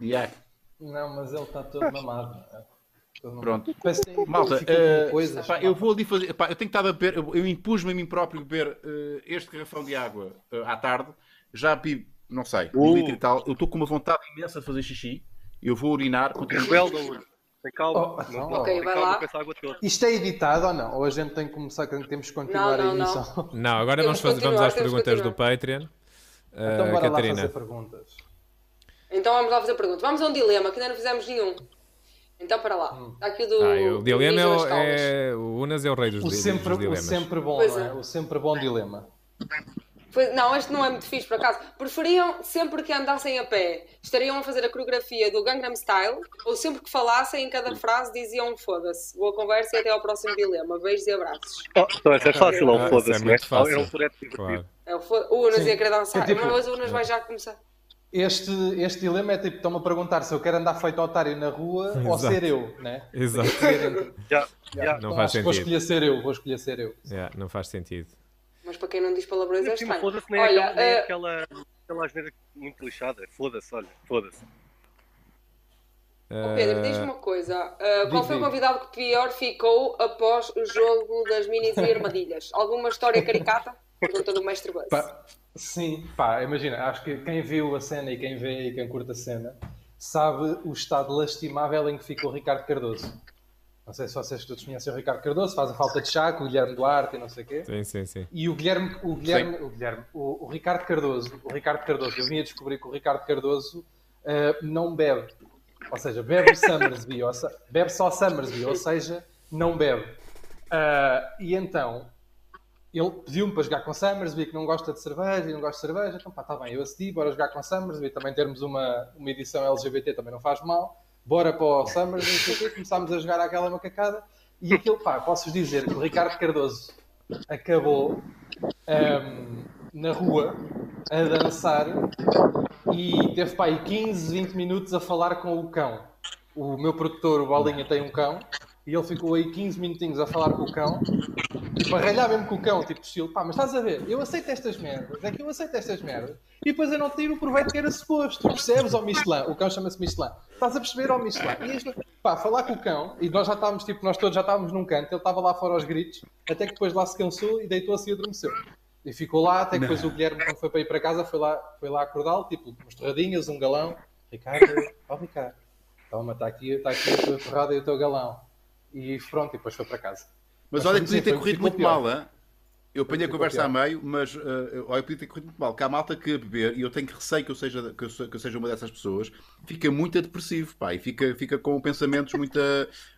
Yeah.
Não, mas ele está todo mamado. não é? Todo mamado.
Pronto.
Parece que tem
Malta,
fica com
eh,
coisas.
pá, eu vou ali fazer. pá, eu tenho estado a beber. Eu, eu impus-me a mim próprio beber eh, este garrafão de água eh, à tarde. Já bebi, não sei, um
Uh.
litro e tal. Eu estou com uma vontade imensa de fazer xixi. Eu vou urinar. continuo.
Rebelda, Lourdes. Tem calma.
Oh,
Não,
não.
não,
Ok,
tem
vai
calma
lá.
com essa água toda.
Isto é editado ou não? Ou a gente tem que começar, temos que
Não,
continuar
não,
a
não.
edição?
Não, agora
Temos
vamos,
que
fazer, vamos
continuar,
às
temos que
perguntas do Patreon. Uh,
Então bora lá
Catarina,
fazer perguntas.
Então vamos lá fazer pergunta. Vamos a um dilema que ainda não fizemos nenhum. Então para lá.
Hum.
Está aqui o do.
Ah, eu- o dilema é,
Luís
o-
das Caldas.
é- O Unas é o rei dos,
O
dil-
sempre,
dos
o
dilemas.
sempre bom,
Pois
não
é.
é? O sempre bom dilema.
Foi- não, este não é muito fixe, por acaso. Preferiam sempre que andassem a pé, estariam a fazer a coreografia do Gangnam Style ou sempre que falassem em cada frase diziam foda-se. Boa conversa e até ao próximo dilema. Beijos e abraços.
Oh, então essa é fácil,
Ah,
ou
isso
foda-se,
é
né?
muito fácil.
É um Tourette divertido.
Claro.
É o foda o Unas
Sim.
ia querer dançar,
É tipo-
mas o Unas vai já começar.
Este, este dilema é tipo, estão-me a perguntar se eu quero andar feito otário na rua ou
Exato.
ser eu, né?
Exato.
Já, já.
Não
Então,
faz
acho que Vou
sentido.
escolher ser eu, vou escolher ser eu.
Yeah, não faz sentido.
Mas para quem não diz palavrões
Ainda
é
por cima,
estranho.
Foda-se, assim, tipo, nem é
Olha,
aquela, nem é
eh,
aquela, aquela asneira muito lixada. Foda-se, olha, foda-se.
Oh, Pedro, diz-me uma coisa. Uh, qual
diz,
foi o
diz.
convidado que pior ficou após o jogo das minis e armadilhas? Alguma história caricata? Pergunta do mestre Buzz.
Pá, sim, pá, imagina, acho que quem viu a cena e quem vê e quem curte a cena sabe o estado lastimável em que ficou o Ricardo Cardoso. Não sei se vocês todos conhecem o Ricardo Cardoso, faz a falta de Chaco, o Guilherme Duarte e não sei o quê.
Sim, sim, sim.
E o Guilherme, o Guilherme, o, Guilherme o, o Ricardo Cardoso, o Ricardo Cardoso, eu vim a descobrir que o Ricardo Cardoso eh, não bebe. Ou seja, bebe Summersby, ou se- bebe só Summersby, ou seja, não bebe. Ah, e então, ele pediu-me para jogar com Summersby, que não gosta de cerveja e não gosta de cerveja. Então, pá, tá bem, eu acedi, bora jogar com Summersby, também termos uma, uma edição LGBT também não faz mal. Bora para o Summersby, não sei o quê, começámos a jogar aquela macacada. E aquilo, pá, posso-vos dizer que o Ricardo Cardoso acabou ahm, na rua a dançar e teve pá, aí 15, 20 minutos a falar com o cão. O meu produtor, o Balinha, tem um cão e ele ficou aí 15 minutinhos a falar com o cão e barralhar mesmo com o cão, tipo estilo, pá, mas estás a ver, eu aceito estas merdas, é que eu aceito estas merdas e depois eu não tiro o proveito que era suposto, percebes, ó Michelin? O cão chama-se Michelin. Estás a perceber, ó Michelin? E este, pá, falar com o cão e nós já estávamos, tipo, nós todos já estávamos num canto, ele estava lá fora aos gritos, até que depois lá se cansou e deitou-se e adormeceu. E ficou lá, até que depois o Guilherme, quando foi para ir para casa, foi lá, foi lá acordá-lo, tipo, umas torradinhas, um galão. Ricardo, ó Ricardo, toma, está tá aqui, está aqui a tua torrada e o teu galão. E pronto, e depois foi para casa.
Mas
Mas
olha,
foi-
que podia
sim,
ter
foi-
corrido
ficou
muito
pior.
mal, hã? Eu apanhei a
ficou
conversa
pior.
a meio, mas eh, olha, podia ter corrido muito mal. Que há malta que a beber, e eu tenho receio que eu seja, que eu se- que eu seja uma dessas pessoas, fica muito depressivo, pá, e fica, fica com pensamentos muito,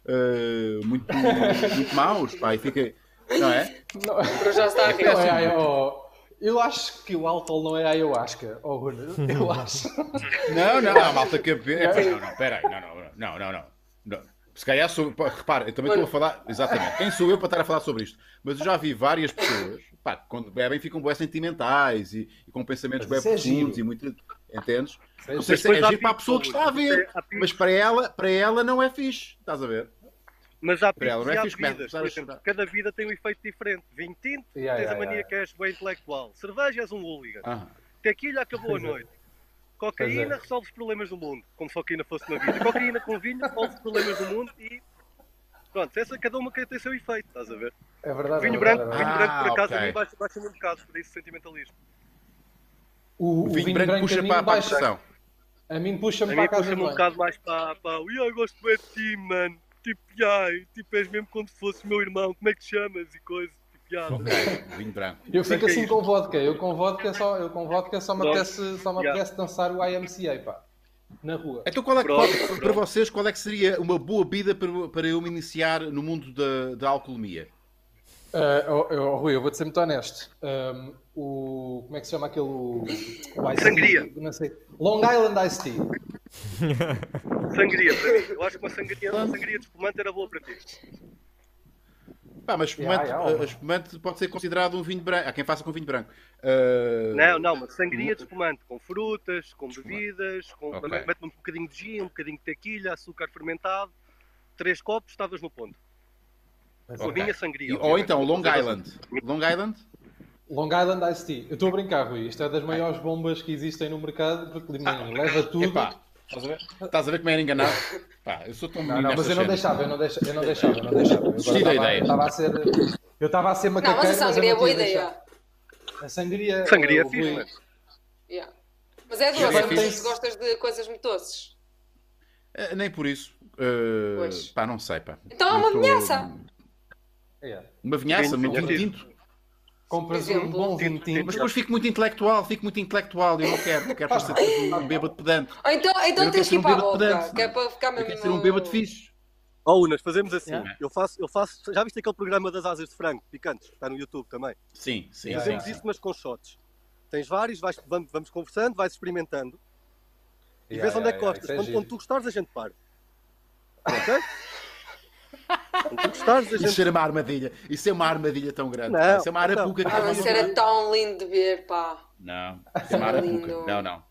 eh, muito, muito maus, pá, e fica. Não é?
Não,
Para já está a rir.
assim,
não é ai- ó, eu acho que o álcool não é ayahuasca, ó Bruno, eu acho.
Não, não, há malta que a beber. Epá, não, não, peraí, não, não, não, não, não. não. Se calhar sou. pá, Repara, eu também estou a falar. Exatamente. Quem sou eu para estar a falar sobre isto? Mas eu já vi várias pessoas, pá, que quando bebem ficam bem sentimentais e, e com pensamentos
Mas
bem
isso é
profundos
giro.
e muito. Entendes?
é
Não sei
giro.
se é
Mas depois tipo há
giro para a pessoa que
picos,
está a ver,
há picos.
mas para ela, para ela não é fixe. Estás a ver?
Mas há
Espera,
picos
não é
e há
fixe comer,
vidas.
sabes?
Por exemplo, cada vida tem um efeito diferente. Vinho tinto,
Yeah,
tens
yeah,
a mania
yeah.
que és bem intelectual. Cerveja és um hooligan.
Ah.
Tequilha acabou a noite. Cocaína resolve os problemas do mundo, como se cocaína fosse na vida. Cocaína com vinho resolve os problemas do mundo e. Pronto, essa, cada uma tem o seu efeito, estás a ver?
É verdade, é
Vinho
verdade,
branco,
é verdade.
vinho branco por
Ah,
acaso
ok.
a mim baixa, baixa um bocado, por isso sentimentalismo.
O,
O vinho branco é puxa para, para a pressão.
a mim puxa-me
A
para
mim
a casa
puxa-me
de
um
banho.
bocado mais para. para "Ui, eu gosto bem de ti, mano. Tipo, ai, tipo, és mesmo como se fosse meu irmão, como é que te chamas e coisa. Tipo, ai,
Ok, vinho branco.
Eu fico
Saquei
assim
isto.
com vodka. Eu com vodka só, eu com vodka só me
Pronto.
apetece, só me
Yeah.
apetece dançar o IMCA, pá. Na rua.
Então, qual é, que-
Pronto,
qual-
pronto.
para vocês, qual é que seria uma boa bebida para, para eu me iniciar no mundo da, da alcoolemia?
Ah, oh, oh, Rui, eu vou-te ser muito honesto. Ahm, o, como é que se chama aquele. O, o Ice Tea?
Sangria.
Não sei. Long Island Ice Tea.
Sangria, para mim. Eu acho que uma sangria, uma sangria de espumante era boa para ti.
Pá, mas espumante,
Yeah, yeah,
eh, espumante pode ser considerado um vinho branco. Há quem faça com vinho branco. Eh,
Não, não, mas sangria de espumante, com frutas, com bebidas, com...
Ok.
mete um bocadinho de gin, um bocadinho de tequilha, açúcar fermentado, três copos, estavas no ponto.
É
Ou vinha sangria.
e- ou
obviamente.
então Long Island. Long Island?
Long Island Ice Tea. Eu estou a brincar, Rui. Isto é das maiores bombas que existem no mercado, porque
Ah,
menino, leva tudo.
Epá, estás a ver? Estás a ver como era enganado? Pá, eu sou tão
Não, não,
menino
mas
nestas
eu não
cenas.
deixava, eu não deixava, eu não deixava, eu não deixava. Eu
Desisti da
agora
ideia.
Estava a ser. Eu estava a ser
Não,
macaqueiro,
mas a
eu
sangria é
não
boa
quis deixar.
ideia.
A sangria.
Sangria é
o
fixe,
Rui-
mas-
Yeah. Mas é
Sangria
doce,
é
mas
fixe.
se gostas de coisas muito doces.
Eh, Nem por isso. Eh,
Pois.
pá, não sei, pá.
Então é uma
Eu tô-
ameaça.
Yeah.
Uma vinhaça,
Vinho
um vinho
tinto.
tinto.
é. Compras
Por
um
exemplo.
bom vinho tinto.
Mas depois fico muito intelectual, fico muito intelectual. Eu não quero, quero para ser um bêbado pedante.
Ou então, então
Eu quero
tens
ser
que
um
ir para a
bêbado
boca,
pedante.
que é para ficar
Eu
mesmo.
quero ser um bêbado fixe.
Ó Unas, fazemos assim.
Yeah.
Eu, faço, eu faço. Já viste aquele programa das asas de frango, picantes? Está no YouTube também.
Sim, sim.
Yeah,
sim,
Fazemos
yeah.
isso, mas com shots. Tens vários, vais- vamos, vamos conversando, vais experimentando e
Yeah,
vês onde é
yeah,
que
yeah,
gostas.
isso é
quando,
giro.
quando tu gostares, a gente para. Ok? quando tu gostares, a gente
Isso era uma armadilha. Isso é uma armadilha tão grande.
Não,
pá. Isso é uma arapuca que
Ah, mas
eles vão
isso era tão lindo de ver, pá.
Não, isso é uma arapuca.
Lindo.
Não, não.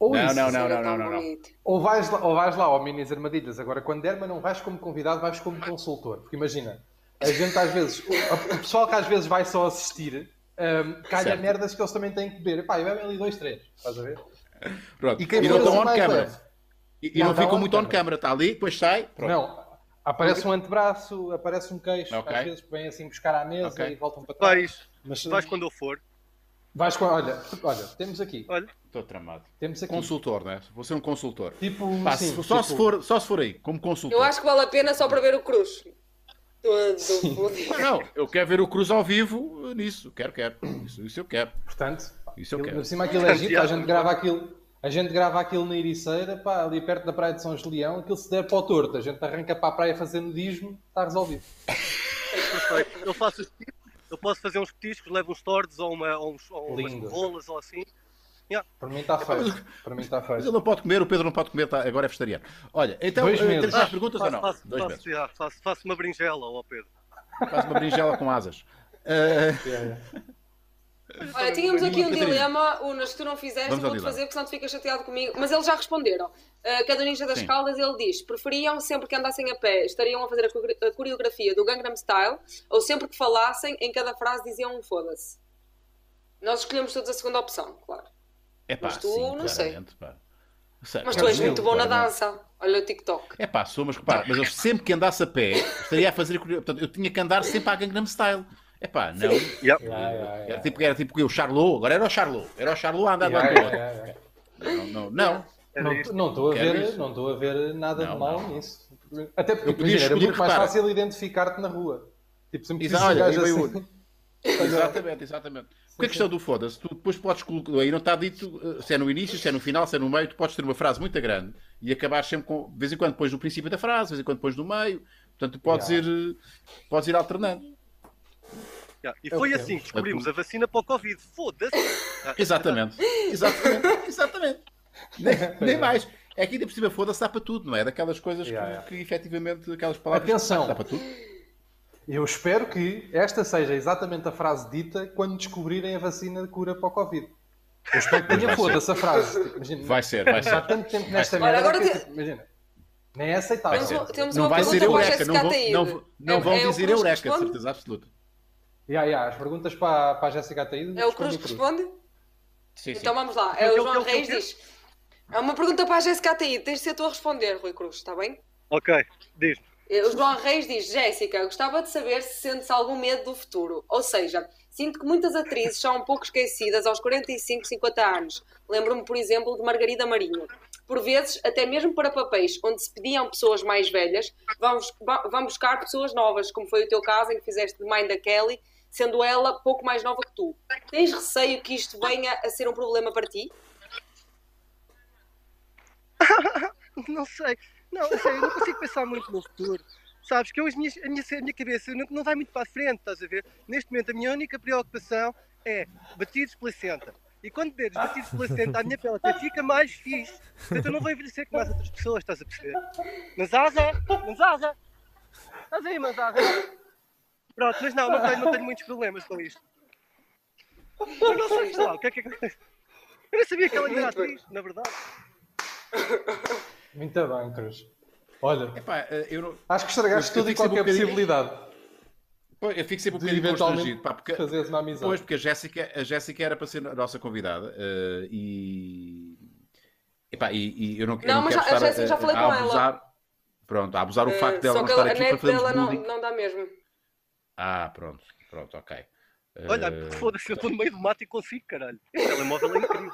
Ou
Não,
isso,
não,
Isso
não,
era
não,
tão
não, não.
bonito.
Ou vais lá, ou vais lá ao Minis Armadilhas. Agora, quando der, mas não vais como convidado, vais como consultor. Porque imagina, a gente às vezes, o, o pessoal que às vezes vai só assistir, hum, calha
Certo.
merdas que eles também têm que beber. Epá, e bebem ali dois, três. Estás a ver?
Pronto. E,
quem
não
for
estão
assim
on
mais
camera.
leve.
E, e não,
Não, dá
ficam
on
muito on
camera.
câmara, está ali, depois sai, pronto.
Não, aparece um antebraço, aparece um queixo,
Ok.
às vezes vêm assim buscar à mesa
Ok.
e voltam para trás.
Vais,
Mas
vais quando eu for.
vais com- Olha, olha, temos aqui.
Olha,
Estou tramado.
Temos aqui.
Consultor, né? Vou ser um consultor.
Tipo,
Pá,
sim,
se- só,
tipo-
se for, só se for aí, como consultor.
Eu acho que vale a pena só para ver o cruz. Do, do,
Ah, Não, não, eu quero ver o Cruz ao vivo eh, nisso. Quero, quero. Isso, isso eu quero.
Portanto, pá,
Isso
aquilo-
eu Então quero.
por cima aquilo é giro, a gente grava aquilo. A gente grava aquilo na Ericeira, pá, ali perto da Praia de São Julião, aquilo se der para o torto, a gente arranca para a praia fazer nudismo, está resolvido.
perfeito. Eu faço os petiscos, eu posso fazer uns petiscos, levo uns tordes ou, uma, ou, uns, ou umas
Lindo.
rolas ou assim.
Para mim está feio. Para mim está
Mas ele
feio.
não pode comer, o Pedro não pode comer, tá, agora é vegetariano. Olha, então
Dois
eh,
meses.
temos mais perguntas ou
Faço,
não?
faço,
Dois
faço,
meses.
já, faço- faço uma berinjela, ó Pedro.
Faz uma berinjela com asas. Eh,
Olha, tínhamos aqui um
Catarina.
dilema, Unas, que tu não fizeste, eu
Vamos ao
vou-te
dilema.
fazer porque senão tu ficas chateado comigo. Mas eles já responderam. Uh, cada ninja das
Sim.
Caldas, ele diz: preferiam sempre que andassem a pé, estariam a fazer a core- a coreografia do Gangnam Style, ou sempre que falassem, em cada frase diziam um foda-se. Nós escolhemos todos a segunda opção, claro.
É pá,
Mas tu,
sim,
não sei.
claramente, pá. Sei,
Mas tu és
eu,
muito bom na
claramente.
dança. Olha o TikTok.
É pá, sou, mas repara, mas eu sempre que andasse a pé, estaria a fazer. Portanto, eu tinha que andar sempre à Gangnam Style. É pá, não.
Yeah.
Yeah, yeah, yeah.
Era tipo, era tipo o Charlot, agora era o Charlot. Era o Charlot a andar de um
Yeah,
para o
yeah,
outro.
yeah, yeah.
Não, não, não.
Era
Não-
isto.
Não estou a
Quero
ver,
isso.
não estou a ver nada
Não,
de mal
não.
nisso. Até porque
Eu podia
imagina, era
escolher,
muito mais
repara.
fácil identificar-te na rua. Tipo, sempre que
Exa-
um
olha,
gajo
aí
assim.
veio Exatamente, exatamente. Porque a questão do foda-se, tu depois podes colocar, aí não está dito eh, se é no início, se é no final, se é no meio, tu podes ter uma frase muito grande e acabar sempre com, de vez em quando pões no princípio da frase, de vez em quando pões no meio, portanto tu podes, ir, eh, podes ir alternando.
Yeah. E
É o
foi
que
assim que descobrimos a vacina para o Covid. Foda-se. Ah,
Exatamente, exatamente, exatamente. Nem, nem mais. É que ainda por cima foda-se dá para tudo, não é? Daquelas coisas que,
Yeah, yeah.
que efetivamente, aquelas palavras
Atenção.
dá para tudo.
Eu espero que esta seja exatamente a frase dita quando descobrirem a vacina de cura para o Covid. Eu espero que tenha foda-se a frase. Tipo, Imagina,
Vai ser, vai
já há
ser.
tanto tempo nesta
ser. Olha,
merda
agora um
que,
te-
tipo, imagina, nem é
Vai
aceitável.
Temos
ser.
uma- temos
não
uma
vai ser
pergunta para o
eureka, não vão,
SKTI.
não, vão- não
É-
vão
é o
dizer
Cruz que
eureka, de
responde?
certeza absoluta.
Ya, ya, as perguntas para, para a Jéssica Ataíde.
É o
responde
Cruz que responde?
Sim, sim.
Então vamos lá.
Eu-
É o
eu-
João
eu- eu-
Reis diz. Há uma pergunta para a Jéssica Ataíde. Tens de ser tu a responder, Rui Cruz, está bem?
Ok, diz-me.
Eh, O João Reis diz: Jéssica, gostava de saber se sentes algum medo do futuro. Ou seja, sinto que muitas atrizes são um pouco esquecidas aos 45, 50 anos. Lembro-me, por exemplo, de Margarida Marinho. Por vezes, até mesmo para papéis onde se pediam pessoas mais velhas, vão, bus- va- vão buscar pessoas novas, como foi o teu caso em que fizeste de mãe da Kelly, sendo ela pouco mais nova que tu. Tens receio que isto venha a ser um problema para ti?
Não sei. Não, eu sei, eu não consigo pensar muito no futuro. Sabes que eu, as minhas- a, minha, a minha cabeça não, não vai muito para a frente, estás a ver? Neste momento, a minha única preocupação é batidos placenta. E quando bebes batidos placenta, a minha pele até fica mais fixe. Portanto, eu não vou envelhecer como as outras pessoas, estás a perceber? Mas asa, mas asa. Estás aí, mas asa. Pronto, mas não, não tenho, não tenho muitos problemas com isto. Eu não sei, sei lá, o que é que acontece? Eu não sabia que ela era atriz, na verdade.
Muito bem, Cruz. Olha,
Epá, eh, eu não...
acho que estragaste
Eu
tudo e
fico sempre
qualquer
um bocadinho-
possibilidade
Pois, eu fico sempre um
de
bocadinho constrangido,
eventualmente
pá, porque,
fazeres uma amizade.
pois, porque a Jéssica, a Jéssica era para ser a nossa convidada eh, e, epá, e, e eu não, eu
Não,
não
mas
quero
já- a
estar
Jéssica já falei com ela.
é, abusar, Pronto, a abusar o um facto
Eh,
dela
Só
não
que
estar
a
aqui para
net
fazermos
dela não,
bullying.
não dá mesmo.
Ah, pronto, pronto, ok. Eh,
Olha, foda-se, eu estou no meio do mato e consigo, caralho. Este telemóvel é incrível.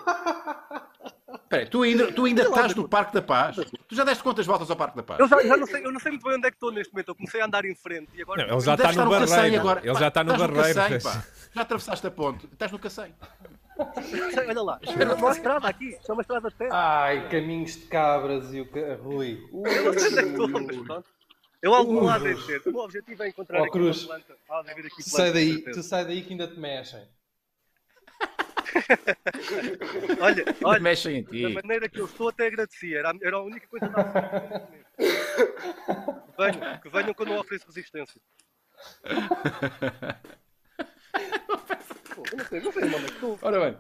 Espera aí, tu ainda, tu ainda estás no Parque da Paz? Tu já deste quantas voltas ao Parque da Paz?
Eu já, já não sei, eu não sei muito bem onde é que estou neste momento. Eu comecei a andar em frente e agora.
Não, ele já está
Deve estar
no
Cacém
barreiro.
agora.
Ele
Pá,
já está no
estás
barreiro.
Cacém, pá. Já atravessaste a ponte, estás no cacém.
Olha lá, é uma estrada aqui, isto é uma estrada de
Ah,
terra.
Ai, caminhos de cabras e o ca- Rui.
Eu não sei onde é que estou, mas pronto. Eu a algum lado deve ser. O meu objetivo é encontrar
Ó,
aqui
Cruz,
uma planta. Há de haver aqui
Tu
planta,
sai,
com
daí, tu
certeza.
sai daí que ainda te mexem.
Olha, olha,
Mexem em
da
ti.
maneira que eu estou até agradecia. Era, a- era a única coisa que estava a fazer. Venham, que venham que eu não ofereço resistência. Pô, eu não sei, não sei onde é que estou.
Ora bem,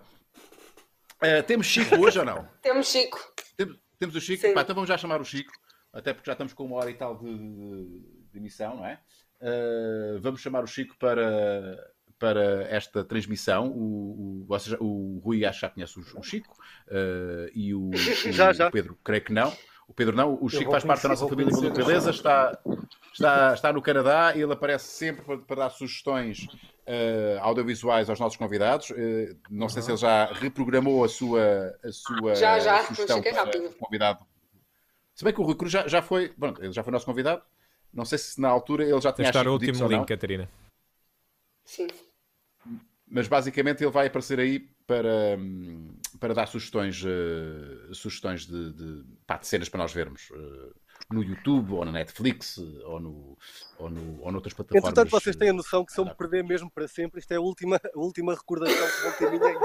Eh, temos Chico hoje ou não?
Temos Chico.
Temos, temos o Chico,
Sim.
Pá, então vamos já chamar o Chico, até porque já estamos com uma hora e tal de, de- de emissão, não é? Eh, vamos chamar o Chico para, para esta transmissão. O, o, vocês já- o Rui acho que já conhece o, o Chico eh, e o, o
Já, já.
Pedro, creio que não.
O Pedro não, o Chico
vou
faz parte da
conhecer-
nossa
vou
família
conhecer
maluca beleza, está, está, está no Canadá e ele aparece sempre para, para dar sugestões eh, audiovisuais aos nossos convidados. Eh, não sei se
Uhum.
ele já reprogramou a sua, a sua
Já, já,
sugestão
cheguei
para
rápido.
o convidado. Se bem que o Rui Cruz já, já foi, pronto, ele já foi nosso convidado. Não sei se na altura ele já tinha
Tens de dar
Chico
o
Dicks
último
ou não.
link, Catarina.
Sim.
mas basicamente ele vai aparecer aí para, hum, para dar sugestões, eh, sugestões de, de, pá, de cenas para nós vermos eh, no YouTube ou na Netflix eh, ou, no, ou, no, ou noutras plataformas.
Entretanto, vocês têm a noção que se eu me perder mesmo para sempre, isto é a última, a última recordação que vão ter minha é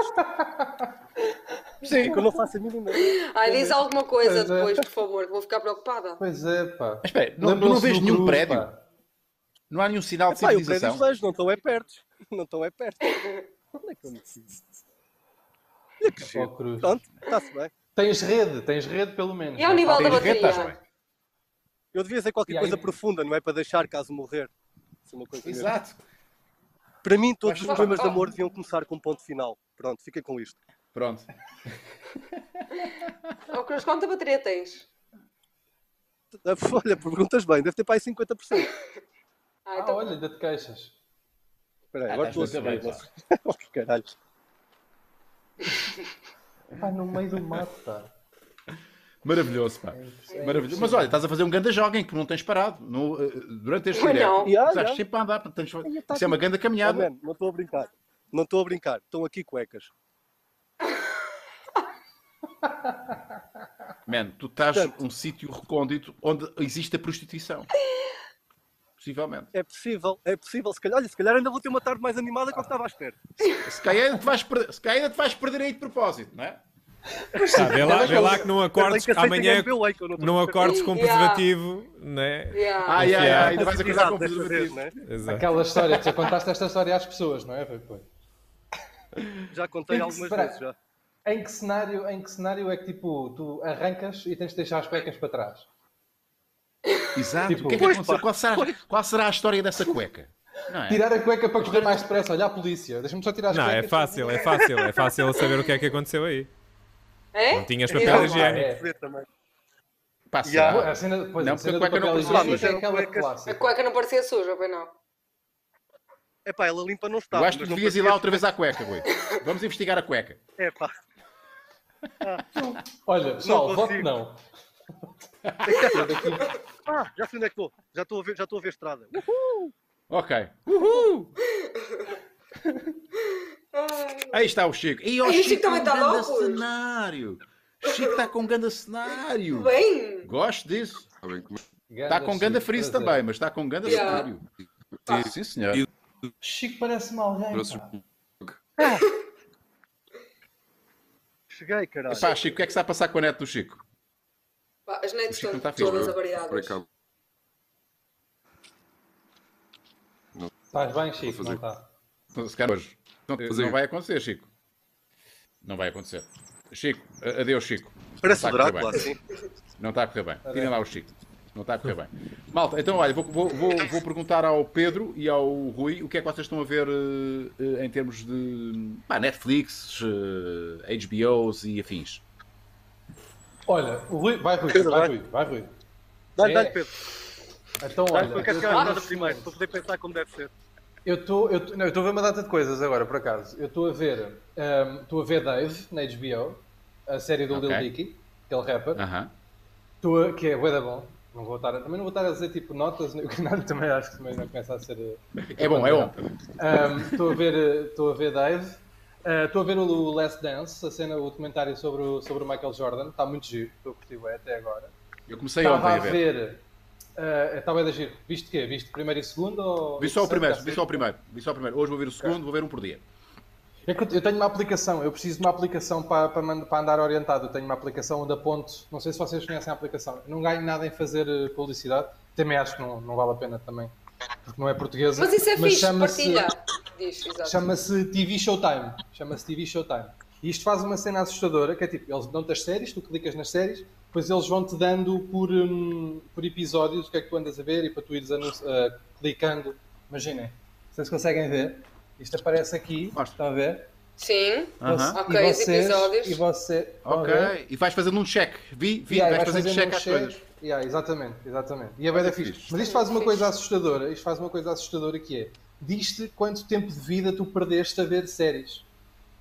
isto.
Sim.
Que eu não faço a mínima.
Ai, Ah, diz alguma coisa
Pois é.
depois, por favor, que vou ficar preocupada.
Pois é, pá.
Mas espera, não, tu não
Lembrou-se
vês
do
nenhum
Cruz,
prédio?
pá.
Não há nenhum sinal de
Ah, Pá, eu prédio
civilização?
vejo, não estão é perto. Não estão é perto. Onde é que eu me sinto? Olha que
Ó,
giro.
Cruz.
Pronto, está-se bem.
Tens rede, tens rede pelo menos.
É
E ao É nível da
Tens rede, estás
bateria?
bem.
Eu devia dizer qualquer
E aí-
coisa profunda, não é? Para deixar caso morrer. Isso é uma coisa mesmo.
Exato.
Para mim, todos
Mas
os
fala-
problemas de
fala.
amor deviam começar com um ponto final. Pronto, fiquem com isto.
Pronto.
Ó, Cruz, quanta bateria tens?
Ah, Olha, perguntas bem, deve ter para aí 50%.
Ah,
Ah,
então,
olha, ainda te queixas.
Espera aí,
Ah,
agora
estás
estou a
muito
saber.
bem,
Caralho.
Pá, no meio do mato, tá. pá.
Maravilhoso, pá. Maravilhoso. Mas olha, estás a fazer um grande jogo em que não tens parado. Não, eh, durante este
Mas
direto,
não.
Ya,
estás
ya.
sempre a andar. portanto, tens-
Eu tá
Isso é uma grande
Oh,
caminhada.
man, não estou a brincar. Não estou a brincar. Estão aqui cuecas.
Man, tu estás
Portanto-
num
um
sítio recôndito onde existe a prostituição. Possivelmente.
É possível, é possível. Se calhar, olha, se calhar ainda vou ter uma tarde mais animada que eu estava à espera.
Se calhar ainda te vais, per- se calhar ainda te vais perder aí de propósito, não é?
Tá, vê, lá, vê lá que não acordes
Ainda bem que
amanhã.
aceitem MBWay, que eu não estou
Não
a perceber. Ah,
acordes com
Yeah.
preservativo, né?
yeah.
Ai, ai,
Yeah.
ai, ainda vais acordar com o
Desta vez,
preservativo.
né?
Exato.
Aquela história, tu já contaste esta história às pessoas, não é, Rui? Pô?
é? Já contei
Tem que
algumas
esperar.
vezes já.
Em que cenário, em que cenário é que tipo, tu arrancas e tens de deixar as cuecas para trás?
Exato.
Tipo,
o que é que
pois,
aconteceu?
pá,
Qual será, qual será a história dessa cueca? Não é?
Tirar a cueca para correr mais depressa, olha a polícia. Deixa-me só tirar as
Não,
cuecas.
é fácil, é fácil, é fácil saber o que é que aconteceu aí.
É?
Não tinhas
Então,
papel
vá.
higiênico.
É.
Ver também.
Pá,
Yeah.
Pô,
será?
A cena, pois,
Não,
a cena
porque a cueca
do papel
não
funciona.
higiênico é
Mas eram
aquela
cuecas-
A
clássica.
cueca não parecia suja, pois não.
É pá, ela limpa não está.
Eu acho que
mas não
devias ir
parecia-
lá outra vez à cueca, Rui. Vamos investigar a cueca.
É pá.
Olha, pessoal,
Não
voto
consigo.
não.
Ah, já sei onde é que estou. Já estou a ver, já estou a ver estrada.
Ok. Uhul! Aí está o Chico. E ó,
Ai, o Chico
com
também
um
tá
grande
louco.
cenário. Chico está com um grande cenário.
Bem,
Gosto disso.
Sabem como é
Está Tá com ganda frise
prazer.
também, mas está com ganda
Yeah.
cenário.
Tá.
Sim, senhor.
Chico parece-me alguém.
trouxe
pá.
Cheguei, caralho.
Pá, Chico, o que é que está a passar com a net do Chico?
pá, as
O
netas
Chico
estão
não tá fixe,
todas
não
por
avariadas.
acaso.
Estás bem, Chico? Não tá?
fazer-
está.
Então, Se calhar hoje. Não,
Fazer.
não vai acontecer, Chico. Não vai acontecer. Chico, a- adeus, Chico.
Parece
Não
o
está a correr
Drácula,
bem.
assim.
Não está a correr bem. Tirem lá o Chico. Não está a correr bem. Malta, então olha, vou, vou- vou- vou perguntar ao Pedro e ao Rui o que é que vocês estão a ver eh, eh, em termos de pá, Netflix, eh, HBOs e afins.
Olha, o Rui, vai Rui,
Pedro,
vai
vai.
Rui, vai Rui.
Dá-lhe,
É.
dá-lhe, Pedro.
Então,
Dá-lhe para
olha, eu
cascar a
tô-
nada primeiro, para poder pensar como deve ser.
eu tô- eu tô- não, eu estou a ver uma data de coisas agora, por acaso. Eu estou a ver, ehm, estou a ver Dave na HBO, a série do
Ok.
Lil Dicky, aquele rapper.
Aham.
Tô a- que é bué da bom. Não vou estar, a- também não vou estar a dizer tipo notas, nem o que nada, também acho que também não começa a ser. eh,
É bom, é bom.
Ahm, Estou a ver, eh, estou a ver Dave. Ah, Estou a ver o Last Dance, a cena, o documentário sobre o, sobre o Michael Jordan. Está muito giro, estou a curtir bué até agora.
Eu comecei ontem
Estava
a
a
ver.
ver. ah, Estava a giro. Viste quê? Viste primeiro e segundo? Ou...
Vi só o
Certo,
primeiro,
tá
vi só o primeiro, vi só o primeiro. Hoje vou ver o segundo, vou ver um por dia.
É que eu- eu tenho uma aplicação, eu preciso de uma aplicação para, para, man- para andar orientado. Eu tenho uma aplicação onde aponto, não sei se vocês conhecem a aplicação, não ganho nada em fazer eh, publicidade, também acho que não, não vale a pena também, porque não é portuguesa.
Mas isso é fixe,
chama-se-
partilha. Diz, exato.
Chama-se TV Showtime. Chama-se TV Showtime. E isto faz uma cena assustadora, que é tipo, eles dão-te as séries, tu clicas nas séries, depois eles vão-te dando por, hum, por episódios o que é que tu andas a ver e para tu ires anunci- ah, clicando. Imaginem, vocês conseguem ver? Isto aparece aqui,
Mostra.
estão a ver?
Sim.
Aham.
E
Ok, os
vocês-
episódios.
E você.
Ok.
Ok.
E vais fazendo um check. Vi, vi,
Yeah,
vais fazendo
fazendo
check
um
às
check.
coisas.
Yeah, exatamente, exatamente. E é bem da
fixe.
fixe. Mas isto faz uma coisa assustadora, isto faz uma coisa assustadora que é, diz-te quanto tempo de vida tu perdeste a ver séries.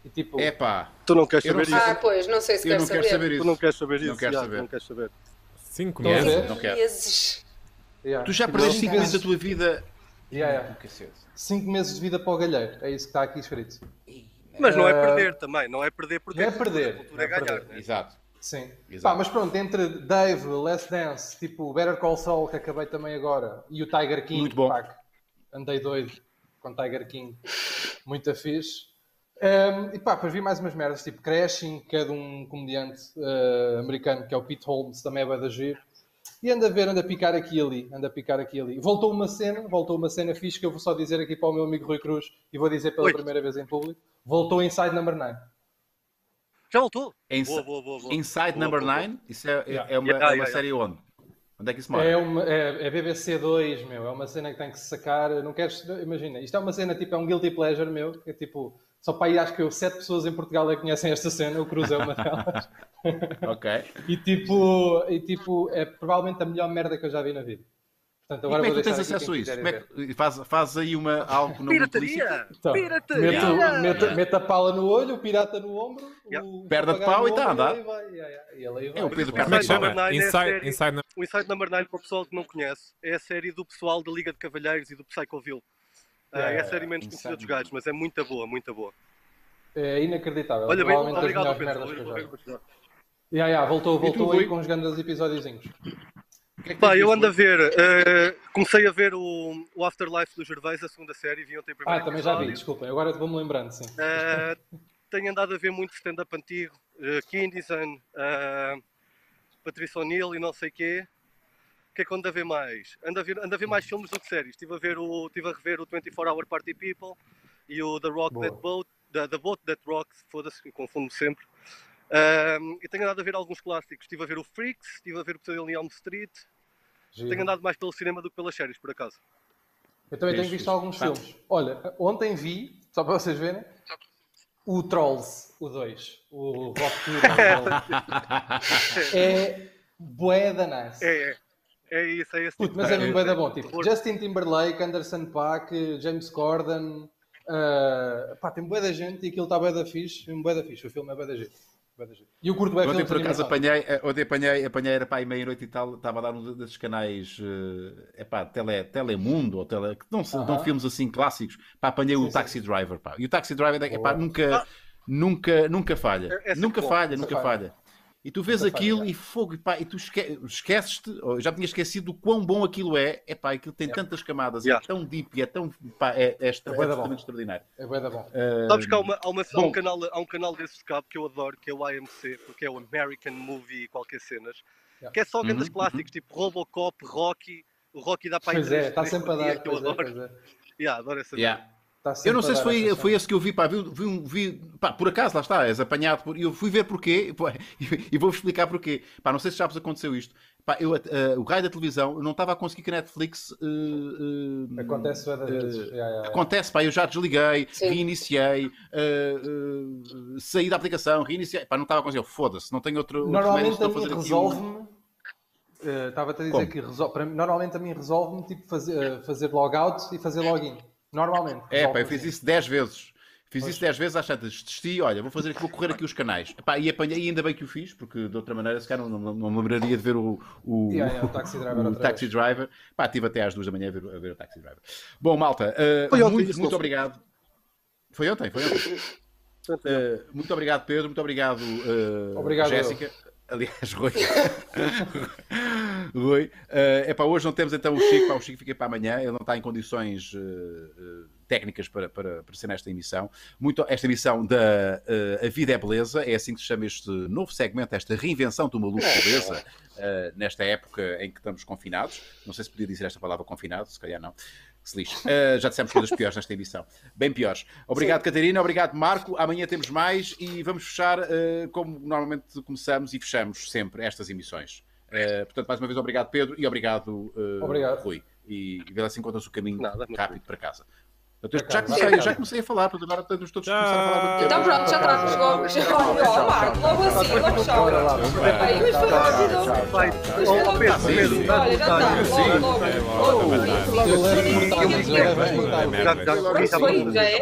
E tipo,
É pá.
Tu não queres
Eu não
saber
sei.
isso.
Ah, pois, não sei se
Eu
quer
não
saber.
quero saber
Tu
isso.
não queres saber isso.
Não quero
já,
saber.
não queres saber.
5
Estão a
meses?
ver?
Não quero.
Vezes.
yeah.
Tu já
Tipo,
perdeste
cinco
5 meses da
meses-
tua vida.
yeah, yeah.
Cacete.
Cinco meses de vida para o galheiro, é isso que está aqui escrito.
Mas não é perder também, não é perder porque
Ah, Não é
a cultura-
perder,
a cultura é
não é
ganhar.
perder.
né?
Exato.
Sim.
Exato.
Pá, mas pronto, entre Dave, Last Dance, tipo Better Call Saul, que acabei também agora, e o Tiger King,
Muito bom.
pá, que andei doido com Tiger King, muito fixe. Ahm, e pá, depois vi mais umas merdas, tipo Crashing, que é de um comediante ah, americano, que é o Pete Holmes, também é bué da giro. E anda a ver, anda a picar aqui e ali, anda a picar aqui e ali. Voltou uma cena, voltou uma cena fixe que eu vou só dizer aqui para o meu amigo Rui Cruz e vou dizer pela
Oi.
primeira vez em público. Voltou Inside Number 9.
Já voltou?
Insi-
Boa, boa, boa, boa.
Inside
Boa,
Number
boa, boa.
9, isso é, é-
Yeah.
é uma,
Yeah,
é uma
yeah,
série onde? Onde é que isso mora?
É, uma, é, é BBC 2, meu. É uma cena que tem que se sacar. Não queres. Imagina, isto é uma cena tipo. É um guilty pleasure, meu. Que é tipo. Só para aí acho que eu, sete pessoas em Portugal é que conhecem esta cena. O Cruz é uma delas.
Ok.
E tipo. E tipo. É provavelmente a melhor merda que eu já vi na vida. Portanto,
E como
agora
é que
vou
tu tens
deixar aqui
acesso a
quem
isso?
quiser
Como é
ver.
que- faz, faz aí uma, algo não muito lícito.
Pirataria!
Então,
Pirataria!
meto, meto- meto a pala no olho, o pirata no ombro,
Yeah.
o
Perna de
papagaio
pau e
no
tá a
ombro,
andar.
ele vai, yeah, yeah, e ele aí vai.
É o Pedro
Como é
Carlos.
que
Inside Number
chama?
Nine é a
Inside,
série.
Inside Number...
O Inside Number 9, para o pessoal que não conhece, é a série do pessoal da Liga de Cavalheiros e do Psychoville. Ah,
Yeah,
é a série menos
Inside
conhecida dos
Number
gajos, mas é muito boa, muito boa.
É inacreditável.
Olha bem,
provavelmente das melhores
obrigado, Pedro.
merdas que eu já vi.
Obrigado, obrigado.
Ya, ya, voltou,
tu,
voltou
Rui?
aí com os grandes episódiozinhos.
O que é que
Pá,
tens
eu
visto?
ando a ver, eh, comecei a ver o, o Afterlife do Gervais, a segunda série, vi ontem primeiro.
Ah, também já vi, desculpa, agora vou-me lembrando, sim.
tenho Ah, andado a ver muito stand-up antigo, eh, Kinison, eh, Patrícia O'Neill e não sei quê. O que é que eu ando a ver mais? Ando a ver, ando a ver mais
Hum.
filmes do que séries. Estive a, ver o, estive a rever o 24 Hour Party People e o The Rock
Boa.
That Boat, the, the Boat That Rocks, foda-se, me confundo sempre. Ahm, e tenho andado a ver alguns clássicos. Estive a ver o Freaks, estive a ver o Pesadelo em Elm Street.
Giro.
Tenho andado mais pelo cinema do que pelas séries, por acaso.
Eu também tenho
Fixe,
visto
fixe.
alguns filmes. Olha, ontem vi, só para vocês verem, o Trolls, o 2, o Rock Hero. é bué da nice.
É, é. É isso, é esse
Puto,
tipo
mas
de
é mesmo bué da bom, tipo,
Por-
Justin Timberlake, Anderson Paak, James Corden, ah, pá, tem bué da gente e aquilo está bué da fixe, mesmo bué da fixe, o filme é bué da gente. E eu curto bué
Ontem
filmes
por
de
acaso
animação.
apanhei, eh, ontem apanhei, apanhei era para aí meia-noite e tal, estava a dar um desses canais, é pá, tele, Telemundo, ou tele, que não, se- dão
Aham.
filmes assim clássicos, pá, apanhei o Taxi Driver, pá. E o Taxi Driver, é
Boa.
pá, nunca, nunca, nunca falha,
É- é sempre
nunca
bom,
falha,
sempre
nunca
falha.
falha. E tu vês
Nunca falha,
aquilo
já.
e fogo, e pá, e tu esque- esqueces-te, ou eu já tinha esquecido o quão bom aquilo é, é pá, aquilo tem tantas camadas,
Yeah.
é tão deep, e é tão, pá, é, é,
É
extra- é
bué da bom.
absolutamente extraordinário.
É bué da bom.
Sabes que há, uma, há, uma- há
bom.
um canal, há um canal desses de cabo que eu adoro, que é o AMC, porque é o American Movie e qualquer cenas,
Yeah.
que é só grandes clássicos, tipo Robocop, Rocky, o Rocky dá para
Pois é, está sempre a dar,
eu
pois é,
adoro.
pois é.
Yeah, adoro essa
Yeah.
Tá
Eu
sempre
não sei
a
se
dar
foi,
essas
foi
cenas.
esse que eu vi, pá, vi, vi, um- vi- pá, por acaso, lá está, és apanhado, por, eu fui ver porquê, pá, e, e vou-vos explicar porquê. Pá, não sei se já vos aconteceu isto. Pá, eu, eh, o raio da televisão, eu não estava a conseguir que a Netflix... eh, eh,
Acontece várias
eh,
vezes. Ya, ya, ya.
Acontece, pá, eu já desliguei,
Sim.
reiniciei, eh, eh, saí da aplicação, reiniciei, pá, não estava a conseguir, foda-se, não tenho outro... outro
Normalmente
remédio,
a
estou
mim
fazer aqui um-
resolve-me. eh, Estava-te a dizer
Como?
que resol- para mim- normalmente a mim resolve-me tipo, fazer, eh, fazer logout e fazer login. Normalmente.
É, pá, eu
resolve-me
fiz
assim.
isso 10 vezes. Fiz isso 10 vezes às tantas. Desisti, olha, vou fazer aqui, vou correr aqui os canais. Epá, e apanhei, e ainda bem que o fiz, porque de outra maneira, se calhar, não, não, não me lembraria de ver o, o,
Yeah, yeah, o Taxi Driver
o
outra
Um Taxi
vez.
Driver. Pá, estive até às 2 da manhã a ver, a ver o Taxi Driver. Bom, malta, eh,
Foi ontem,
muito,
isso
muito
não foi?
obrigado. Foi ontem, foi ontem. Eh, muito obrigado, Pedro. Muito obrigado, eh,
Obrigado,
Jéssica. Aliás, Rui. Rui. é para hoje não temos então o Chico. Pá, o Chico fica para amanhã. Ele não está em condições eh, eh, técnicas para, para, para ser nesta emissão. Muito, esta emissão da eh, A Vida é Beleza. É assim que se chama este novo segmento, esta reinvenção do maluco beleza. eh, nesta época em que estamos confinados. Não sei se podia dizer esta palavra confinado, se calhar não. Que se lixe. Eh, já dissemos coisas piores nesta emissão. Bem piores. Obrigado, Catarina. Obrigado, Marco. Amanhã temos mais e vamos fechar eh, como normalmente começamos e fechamos sempre estas emissões. Eh, portanto, mais uma vez, obrigado, Pedro, e obrigado, eh,
Obrigado.
Rui. E, e vê lá se encontras o caminho
Nada, muito
rápido para casa.
Eu tenho- já,
Acaba,
comecei,
acaba.
já comecei a falar, portanto, agora todos todos
Tchau.
começaram a falar do tema.
Então pronto, já está, chegou. Chegou, Marco, logo assim, logo chora. Aí, mas foi rápido.
Vai,
Mas
ó,
foi
ó, Pedro,
rápido.
Pedro, dá-lhe
tá. Olha, já está,
vontade.
logo, logo.
Vai, vai, vai.
Logo,
Eu levo
sim.
portagens, eu levo portagens.
Já- já-
Mas foi, já é